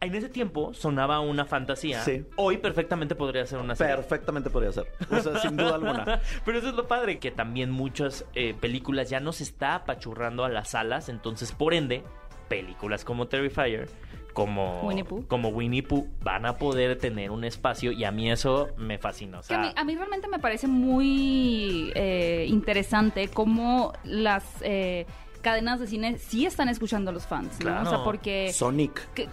S2: En ese tiempo sonaba una fantasía.
S3: Sí.
S2: Hoy perfectamente podría ser una serie.
S3: perfectamente podría ser. O sea, sin duda alguna.
S2: Pero eso es lo padre, que también muchas eh, películas ya nos está apachurrando a las alas, entonces por ende, películas como Terrifier, como
S1: Winnie Pooh.
S2: como Winnie Pooh van a poder tener un espacio y a mí eso me fascina. O
S1: Que a, mí,
S2: sea,
S1: a mí realmente me parece muy eh, interesante cómo las eh, cadenas de cine sí están escuchando a los fans, ¿no?
S2: Claro.
S1: O sea,
S2: Eh.
S1: porque...
S3: Sonic.
S1: que-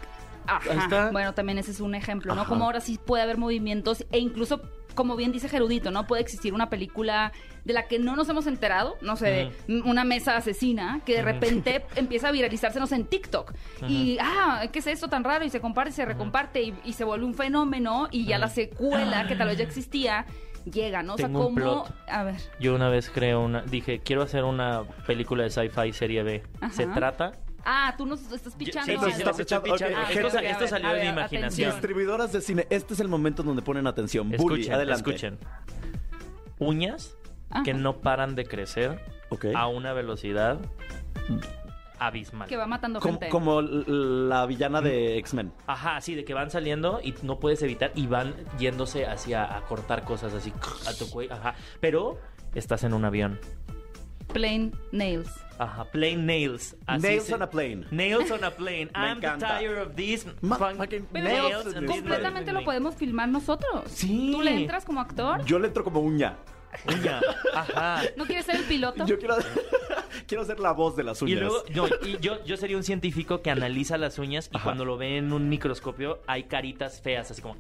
S1: ajá,
S3: Ahí está.
S1: Bueno, también ese es un ejemplo, ¿no?
S3: Ajá.
S1: Como ahora sí puede haber movimientos e incluso, como bien dice Gerudito, ¿no? Puede existir una película de la que no nos hemos enterado, no sé, de una mesa asesina que de repente empieza a viralizársenos en TikTok. Y, ah, ¿qué es esto tan raro? Y se comparte y se recomparte y, y se vuelve un fenómeno y ya la secuela, que tal
S3: Ah.
S1: vez ya existía, llega, ¿no?
S2: Tengo
S1: o
S2: un
S1: sea, como...
S2: plot.
S1: A ver.
S2: yo una vez creo una, dije, quiero hacer una película de sci-fi serie B.
S1: Ajá.
S2: Se trata...
S1: Ah, tú nos estás pichando.
S3: sí,
S1: algo.
S3: sí, está
S2: les estoy
S3: pichando. Ok,
S2: pichando.
S3: ok,
S2: Esto
S3: ok,
S2: sa-
S1: a ver,
S2: Ah, Esto salió
S1: a
S2: de mi
S1: ver,
S2: imaginación.
S1: atención.
S3: Distribuidoras de cine, este es el momento en donde ponen atención. Bully,
S2: Escuchen,
S3: adelante.
S2: escuchen. Uñas que
S1: Ajá.
S2: no paran de crecer
S3: Ok.
S2: a una velocidad abismal.
S1: Que va matando
S3: Como,
S1: gente.
S3: como l- la villana de X-Men.
S2: Ajá, sí, de que van saliendo y no puedes evitar y van yéndose hacia a cortar cosas así a tu cuello. Ajá, pero estás en un avión.
S1: Plain nails.
S2: Ajá, plane nails. Así
S3: Nails
S2: se-
S3: on a plane.
S2: Nails on a plane.
S3: Me
S2: I'm
S3: encanta.
S2: tired of these
S3: Ma-
S2: fun-
S3: fucking
S1: Pero
S3: nails
S2: on
S3: on
S2: this
S1: completamente lo
S2: plane.
S1: podemos filmar nosotros.
S2: Sí.
S1: Tú le entras como actor.
S3: Yo le entro como uña.
S2: Uña. Ajá.
S1: ¿No quieres ser el piloto?
S3: Yo quiero, quiero ser la voz de las
S2: Y
S3: uñas.
S2: luego, no, y yo, yo sería un científico que analiza las uñas y cuando lo ve en un microscopio hay caritas feas, así como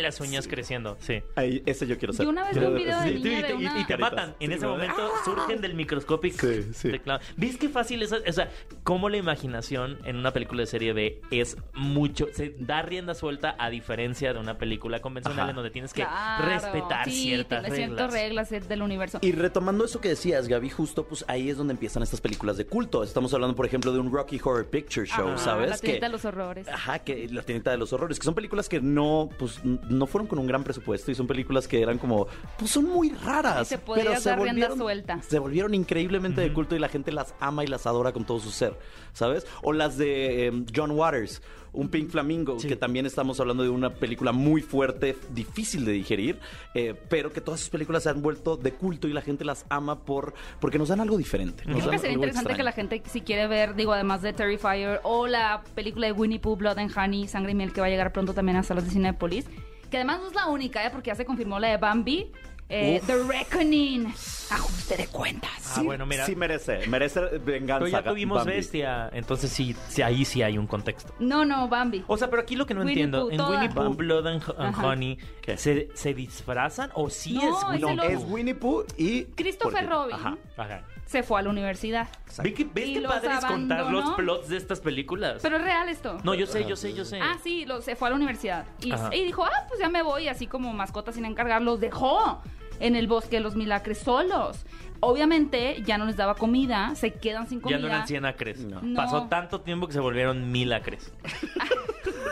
S2: las uñas creciendo. Sí.
S3: Ahí, ese yo quiero ser.
S1: Yo una vez vi un video de
S2: Sí, tú-
S1: niña
S2: y, te-
S1: de
S2: y-
S1: una-
S2: y te
S3: Caritas.
S2: matan. En
S3: Sí,
S2: ese
S3: ¿verdad?
S2: momento surgen del microscopio. y-
S3: Sí, sí.
S2: te clavan. ¿Ves qué fácil es? O sea, cómo la imaginación en una película de serie B es mucho. Se da rienda suelta a diferencia de una película convencional
S3: Ajá.
S2: en donde tienes que
S1: Claro,
S2: respetar
S1: sí,
S2: ciertas
S1: tiene
S2: reglas.
S1: ciertas reglas eh, del universo.
S3: Y retomando eso que decías, Gaby, justo pues ahí es donde empiezan estas películas de culto. Estamos hablando, por ejemplo, de un Rocky Horror Picture Show,
S1: Ajá,
S3: ¿sabes?
S1: Ah,
S3: Ah,
S1: La tienda de los horrores.
S3: Ajá, que la tienda de los horrores, que son películas que no, pues, n- no fueron con un gran presupuesto y son películas que eran como, pues son muy raras.
S1: Y te podías
S3: pero se
S1: dar rienda
S3: volvieron-
S1: suelta.
S3: Se volvieron increíblemente de culto y la gente las ama y las adora con todo su ser, ¿sabes? O las de eh, John Waters, un Pink Flamingo,
S2: Sí.
S3: que también estamos hablando de una película muy fuerte, difícil de digerir, eh, pero que todas sus películas se han vuelto de culto y la gente las ama por porque nos dan algo diferente.
S1: Creo
S3: nos
S1: que
S3: dan
S1: sería
S3: algo
S1: interesante
S3: extraño.
S1: que la gente, si quiere ver, digo, además de Terrifier o la película de Winnie Pooh, Blood and Honey, Sangre y Miel, que va a llegar pronto también a salas de Cinepolis, que además no es la única, ¿eh? porque ya se confirmó la de Bambi, eh,
S3: Uf.
S1: The Reckoning, ajuste de cuentas.
S2: Ah, bueno, mira.
S3: Sí merece, merece venganza.
S2: pero ya
S3: Ga-
S2: tuvimos
S3: Bambi.
S2: bestia. Entonces sí, sí, ahí sí hay un contexto.
S1: No, no, Bambi.
S2: O sea, pero aquí lo que no
S1: Winnie
S2: entiendo,
S1: Pooh,
S2: en
S1: toda.
S2: Winnie Pooh,
S3: Bam.
S2: Blood and, and
S1: Ajá.
S2: Honey,
S3: ¿Qué?
S2: ¿se, se disfrazan o sí
S1: No,
S2: es
S1: es
S2: Winnie
S1: el
S3: No,
S1: otro.
S3: es Winnie Pooh y...
S1: Christopher
S3: porque-
S1: Robin.
S3: Ajá.
S2: Pooh? Ajá.
S1: se fue a la universidad.
S2: ¿Ves que, ves
S1: Y
S2: qué
S1: los
S2: padre es contar los
S1: abandonó.
S2: plots de estas películas?
S1: Pero es real esto.
S2: no, yo sé, yo sé, yo sé.
S1: Ah, sí, lo, se fue a la universidad. Y,
S2: Ajá.
S1: y dijo, ah, pues ya me voy, así como mascota sin encargar. Los dejó en el bosque de los milacres solos. Obviamente ya no les daba comida, se quedan sin comida.
S2: Ya no eran 100 acres.
S3: No.
S1: No.
S2: Pasó tanto tiempo que se volvieron mil acres.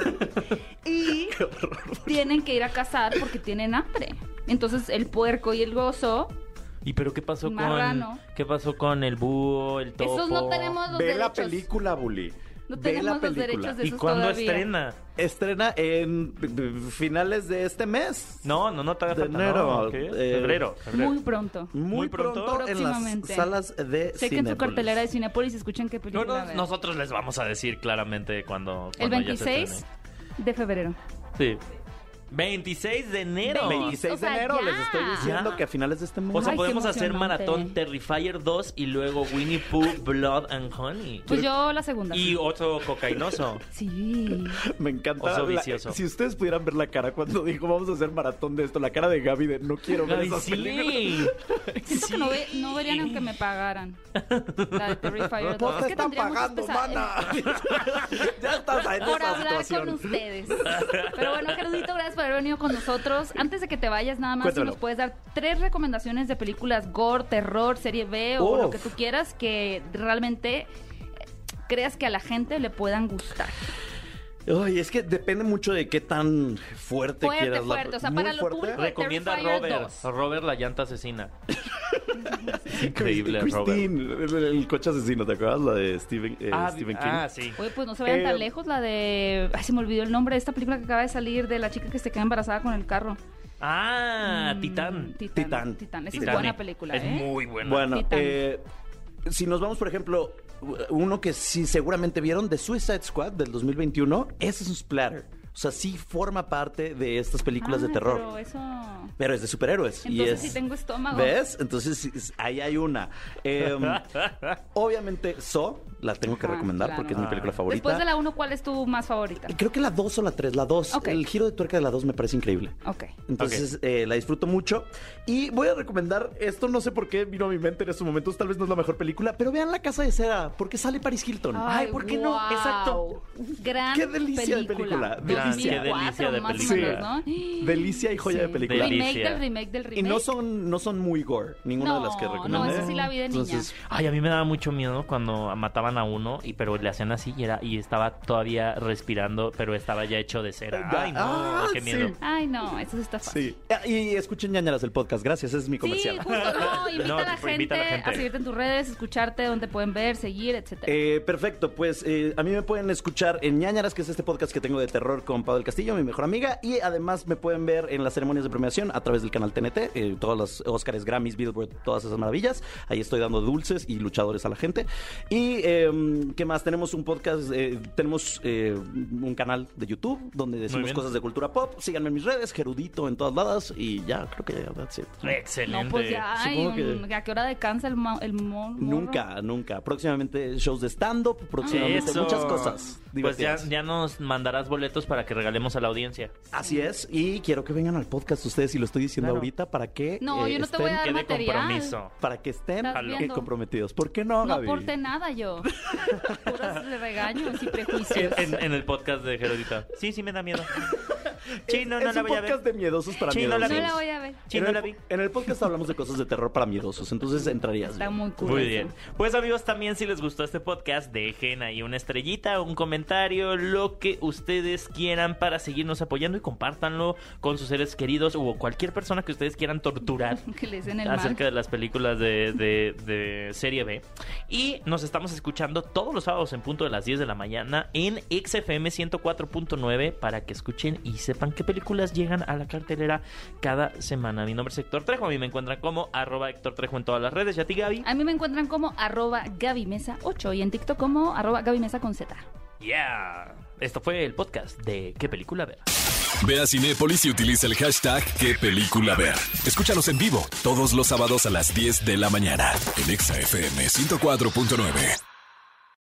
S1: y tienen que ir a cazar porque tienen hambre. Entonces el puerco y el gozo,
S2: ¿Y pero qué pasó
S1: Marrano.
S2: con qué pasó con el búho, el topo?
S1: esos no tenemos los
S3: Ve
S1: derechos.
S3: la película, Bully.
S1: No
S3: Ve la
S1: tenemos los
S3: película.
S1: derechos de
S2: ¿Y
S1: esos
S2: cuándo
S1: todavía.
S2: estrena?
S3: Estrena en b- b- finales de este mes.
S2: No, no, no te haga
S3: De
S2: falta.
S3: enero,
S2: no, ¿qué?
S3: eh,
S2: febrero, febrero.
S1: Muy pronto.
S3: Muy,
S2: Muy pronto.
S3: pronto, en las
S1: Próximamente.
S3: salas
S1: Chequen
S3: de
S1: su
S3: Cinépolis.
S1: cartelera de Cinepolis y escuchen qué película
S2: No, no,
S1: ver.
S2: nosotros les vamos a decir claramente cuando,
S1: El
S2: cuando ya se
S1: 26
S2: estrene.
S1: de febrero.
S2: Sí. 26 de enero.
S3: 26
S1: o sea,
S3: de enero,
S1: ya.
S3: les estoy diciendo
S2: Ya.
S3: que a finales de este mes.
S2: O sea,
S1: Ay, qué
S2: podemos hacer
S1: emocionante. eh.
S2: maratón Terrifier 2 y luego Winnie Pooh, Blood and Honey.
S1: Pues yo la segunda.
S2: Y otro cocainoso.
S1: Sí.
S3: me encanta.
S2: Oso
S3: la-
S2: vicioso.
S3: si ustedes pudieran ver la cara cuando dijo vamos a hacer maratón de esto, la cara de Gaby de no quiero ver
S2: Ay,
S3: esas películas.
S2: sí.
S1: Siento que no, ve- no verían aunque me pagaran. La de Terrifier
S3: pues
S1: 2. Es que tendría muchos pesares.
S3: ya estás en
S1: Por
S3: esa
S1: hablar
S3: situación.
S1: con ustedes. Pero bueno, Gerudito, gracias por haber venido con nosotros. Antes de que te vayas, nada más, si
S3: Cuéntamelo.
S1: nos puedes dar tres recomendaciones de películas gore, terror, serie B o
S3: Uf.
S1: lo que tú quieras que realmente eh, creas que a la gente le puedan gustar.
S3: Ay, es que depende mucho de qué tan fuerte,
S1: Fuerte,
S3: quieras la-
S1: fuerte, o sea,
S3: muy
S1: para lo
S3: fuerte.
S1: público-
S2: Recomienda a
S1: Terrifier
S2: Robert.
S1: 2.
S2: Robert la llanta asesina. Increíble, Robert.
S3: Christine, el, el coche asesino, ¿te acuerdas? La de Stephen, eh, Stephen King.
S2: ah, sí.
S1: Oye, pues no se vayan tan
S3: Eh,
S1: lejos, la de... Ay, se me olvidó el nombre de esta película que acaba de salir de la chica que se queda embarazada con el carro.
S2: Ah,
S1: Mm,
S2: Titán.
S1: Titán.
S3: Titán.
S1: Titán. Esa es
S2: Titanic.
S1: buena película,
S2: Es
S1: ¿eh?
S2: muy buena.
S3: Bueno,
S1: Titán.
S3: eh, si nos vamos, por ejemplo, uno que sí seguramente vieron, de Suicide Squad del 2021, ese es un splatter. O sea, sí forma parte de estas películas de
S1: Ay,
S3: terror.
S1: Ah, Pero eso...
S3: Pero es de superhéroes. y
S1: Entonces
S3: es-
S1: sí tengo estómago.
S3: ¿Ves? Entonces sí, es- ahí hay una. Em, obviamente, So, la tengo que
S1: Ajá,
S3: recomendar
S1: Ah, claro.
S3: porque es mi película favorita.
S1: Después de la 1, ¿cuál es tu más favorita?
S3: Creo que la 2 o la 3, la 2.
S1: Ok.
S3: El giro de tuerca de la 2 me parece increíble.
S1: Ok.
S3: Entonces eh, la disfruto mucho. Y voy a recomendar, esto no sé por qué vino a mi mente en estos momentos, tal vez no es la mejor película, pero vean La Casa de Cera, porque sale Paris Hilton.
S1: Ay, guau. Gran
S3: Qué delicia de película.
S2: Gran, qué
S1: 2004
S2: delicia de
S1: más o
S2: película.
S1: menos, ¿no?
S3: Delicia y joya de película.
S1: Remake
S2: Delicia.
S1: del remake del
S3: Y
S1: remake.
S3: no son, no son muy gore, ninguna de las que
S1: No, no,
S3: recomendé.
S1: esa sí la vi de niña.
S3: Entonces,
S2: Ay, a mí me daba mucho miedo cuando mataban a uno, y pero le hacían así y, era, y estaba todavía respirando, pero estaba ya hecho de cera. Ay, no,
S3: Ah,
S2: qué miedo.
S3: sí.
S1: Ay, no, eso sí está fácil.
S3: sí. Ah, Y escuchen ñañaras el podcast, gracias, ese es mi comercial.
S1: Sí, justo, no, invita,
S2: No,
S1: a la
S2: pues,
S1: gente
S2: invita a la gente.
S1: a seguirte en tus redes, escucharte, donde pueden ver, seguir, etcétera.
S3: Eh, perfecto, pues eh, a mí me pueden escuchar en Ñañaras, que es este podcast que tengo de terror con Pablo del Castillo, mi mejor amiga, y además me pueden ver en las ceremonias de premiación a través del canal TNT, eh, todos los Oscars, Grammys, Billboard, todas esas maravillas. Ahí estoy dando dulces y luchadores a la gente. Y eh, qué más, tenemos un podcast, eh, tenemos eh, un canal de YouTube donde decimos
S2: bien.
S3: cosas de cultura pop. Síganme en mis redes, Gerudito en todas lados, y ya, creo que that's it.
S2: Excelente.
S1: no, pues ya, ay,
S3: Supongo
S1: un- ¿a qué hora descansa el, mo- el mo- morro?
S3: Nunca, nunca. Próximamente shows de stand-up, próximamente
S2: Eso.
S3: muchas cosas.
S2: Pues ya,
S3: divertidas.
S2: ya nos mandarás boletos para que regalemos a la audiencia.
S3: Así es, y quiero que vengan al podcast ustedes, y lo estoy diciendo
S2: Claro.
S3: ahorita, para que
S1: No,
S3: eh,
S1: yo no te
S3: estén,
S1: voy a dar
S2: Qué de
S1: material.
S2: compromiso.
S3: para que estén
S1: Estás
S3: eh,
S1: viendo.
S3: comprometidos. ¿Por qué no,
S1: No
S3: Gaby?
S1: aporte nada yo. Puras de regaños y
S2: En,
S1: prejuicios.
S2: en- en el podcast de Gerudita. Sí, sí me da miedo. Sí, no,
S3: es
S2: no la
S3: un
S2: voy a
S3: podcast
S2: ver.
S3: de miedosos para
S2: Sí, no
S3: miedosos.
S2: la
S1: No la voy a ver.
S2: Sí,
S3: en,
S2: no
S3: el,
S2: la vi.
S3: en el podcast hablamos de cosas de terror para miedosos, entonces entrarías.
S1: Está
S3: bien.
S1: muy cool.
S2: Muy
S1: eso.
S2: bien. Pues amigos, también si les gustó este podcast, dejen ahí una estrellita, un comentario, lo que ustedes quieran para seguirnos apoyando y compártanlo con sus seres queridos o cualquier persona que ustedes quieran torturar.
S1: Que les den el mal.
S2: acerca de las películas de, de- de Serie B. Y nos estamos escuchando todos los sábados en punto de las 10 de la mañana en XFM 104.9 para que escuchen y sepan qué películas llegan a la cartelera cada semana. Mi nombre es Héctor Trejo, a mí me encuentran como arroba Héctor Trejo en todas las redes. Y a ti, Gaby.
S1: A mí me encuentran como arroba Gaby Mesa 8 y en TikTok como arroba Gaby Mesa con Z.
S2: Yeah. Esto fue el podcast de ¿Qué película ver?
S5: Ve a Cinépolis y utiliza el hashtag qué película ver. Escúchanos en vivo todos los sábados a las 10 de la mañana en Exa FM 104.9.